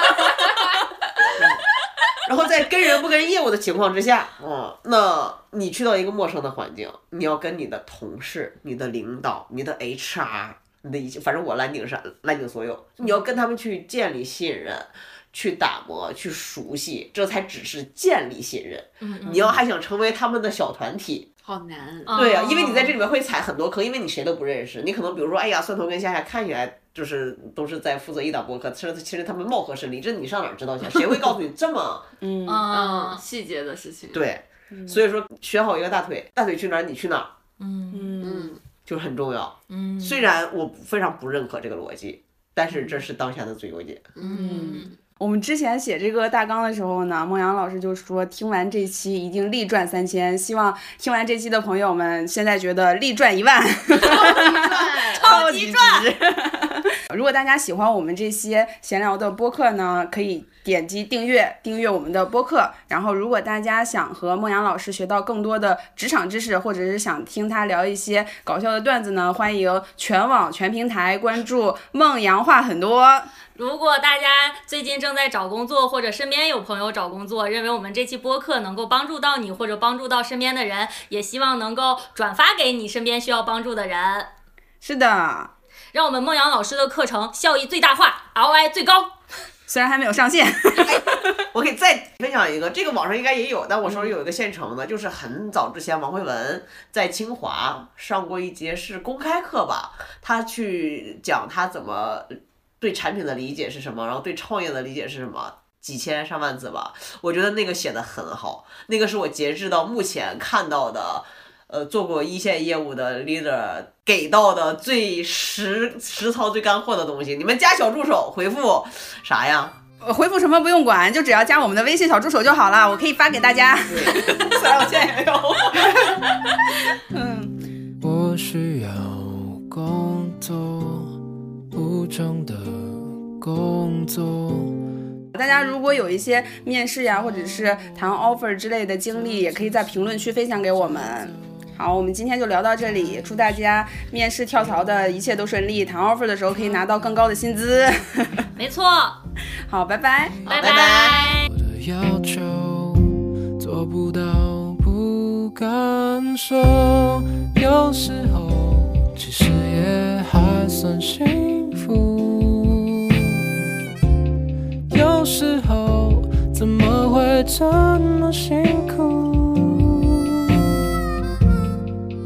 然后在跟人不跟业务的情况之下，嗯，那你去到一个陌生的环境，你要跟你的同事、你的领导、你的 HR、你的一切，反正我蓝顶是蓝顶所有，你要跟他们去建立信任。去打磨，去熟悉，这才只是建立信任。
嗯嗯
你要还想成为他们的小团体，
好难。
对呀、
哦
因为你在这里面会踩很多坑，因为你谁都不认识。你可能比如说，哎呀，蒜头跟夏夏看起来就是都是在负责一档播客，其实其实他们貌合神离，这你上哪儿知道去？谁会告诉你这么
嗯，
嗯
细节的事情。，
对？所以说，选好一个大腿，大腿去哪儿，你去哪儿
嗯
嗯，
嗯，
就是很重要。
嗯，
虽然我非常不认可这个逻辑，但是这是当下的最优解。
嗯，
我们之前写这个大纲的时候呢，孟阳老师就说，听完这期一定力赚三千。希望听完这期的朋友们，现在觉得力赚一万，
对，
超级哦赚。 如果大家喜欢我们这些闲聊的播客呢，可以点击订阅，订阅我们的播客。然后，如果大家想和孟阳老师学到更多的职场知识，或者是想听他聊一些搞笑的段子呢，欢迎全网全平台关注孟阳话很多。
如果大家最近正在找工作，或者身边有朋友找工作，认为我们这期播客能够帮助到你，或者帮助到身边的人，也希望能够转发给你身边需要帮助的人，
是的，
让我们孟阳老师的课程效益最大化，ROI 最高。
虽然还没有上线。
我可以再分享一个，这个网上应该也有，但我手里有一个现成的，就是很早之前王慧文在清华上过一节是公开课吧，他去讲他怎么对产品的理解是什么，然后对创业的理解是什么。几千上万字吧，我觉得那个写的很好，那个是我截至到目前看到的，呃，做过一线业务的 leader 给到的最实实操最干货的东西。你们加小助手回复啥呀？
呃回复什么不用管，就只要加我们的微信小助手就好了，我可以发给大家。
虽然我现在也没有。
嗯，
我需要工作，无偿的工作。
大家如果有一些面试呀、或者是谈 offer 之类的经历，也可以在评论区分享给我们。好，我们今天就聊到这里，祝大家面试跳槽的一切都顺利，谈 offer 的时候可以拿到更高的薪资。
没错，
好，拜拜。
拜
拜
拜
我的要求做不到，不敢说。有时候其实也还算幸福。有时候怎么会这么辛苦？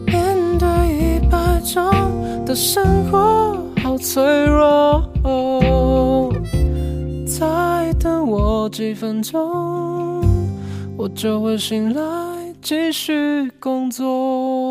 面对一百种的生活，好脆弱。再等我几分钟，我就会醒来继续工作。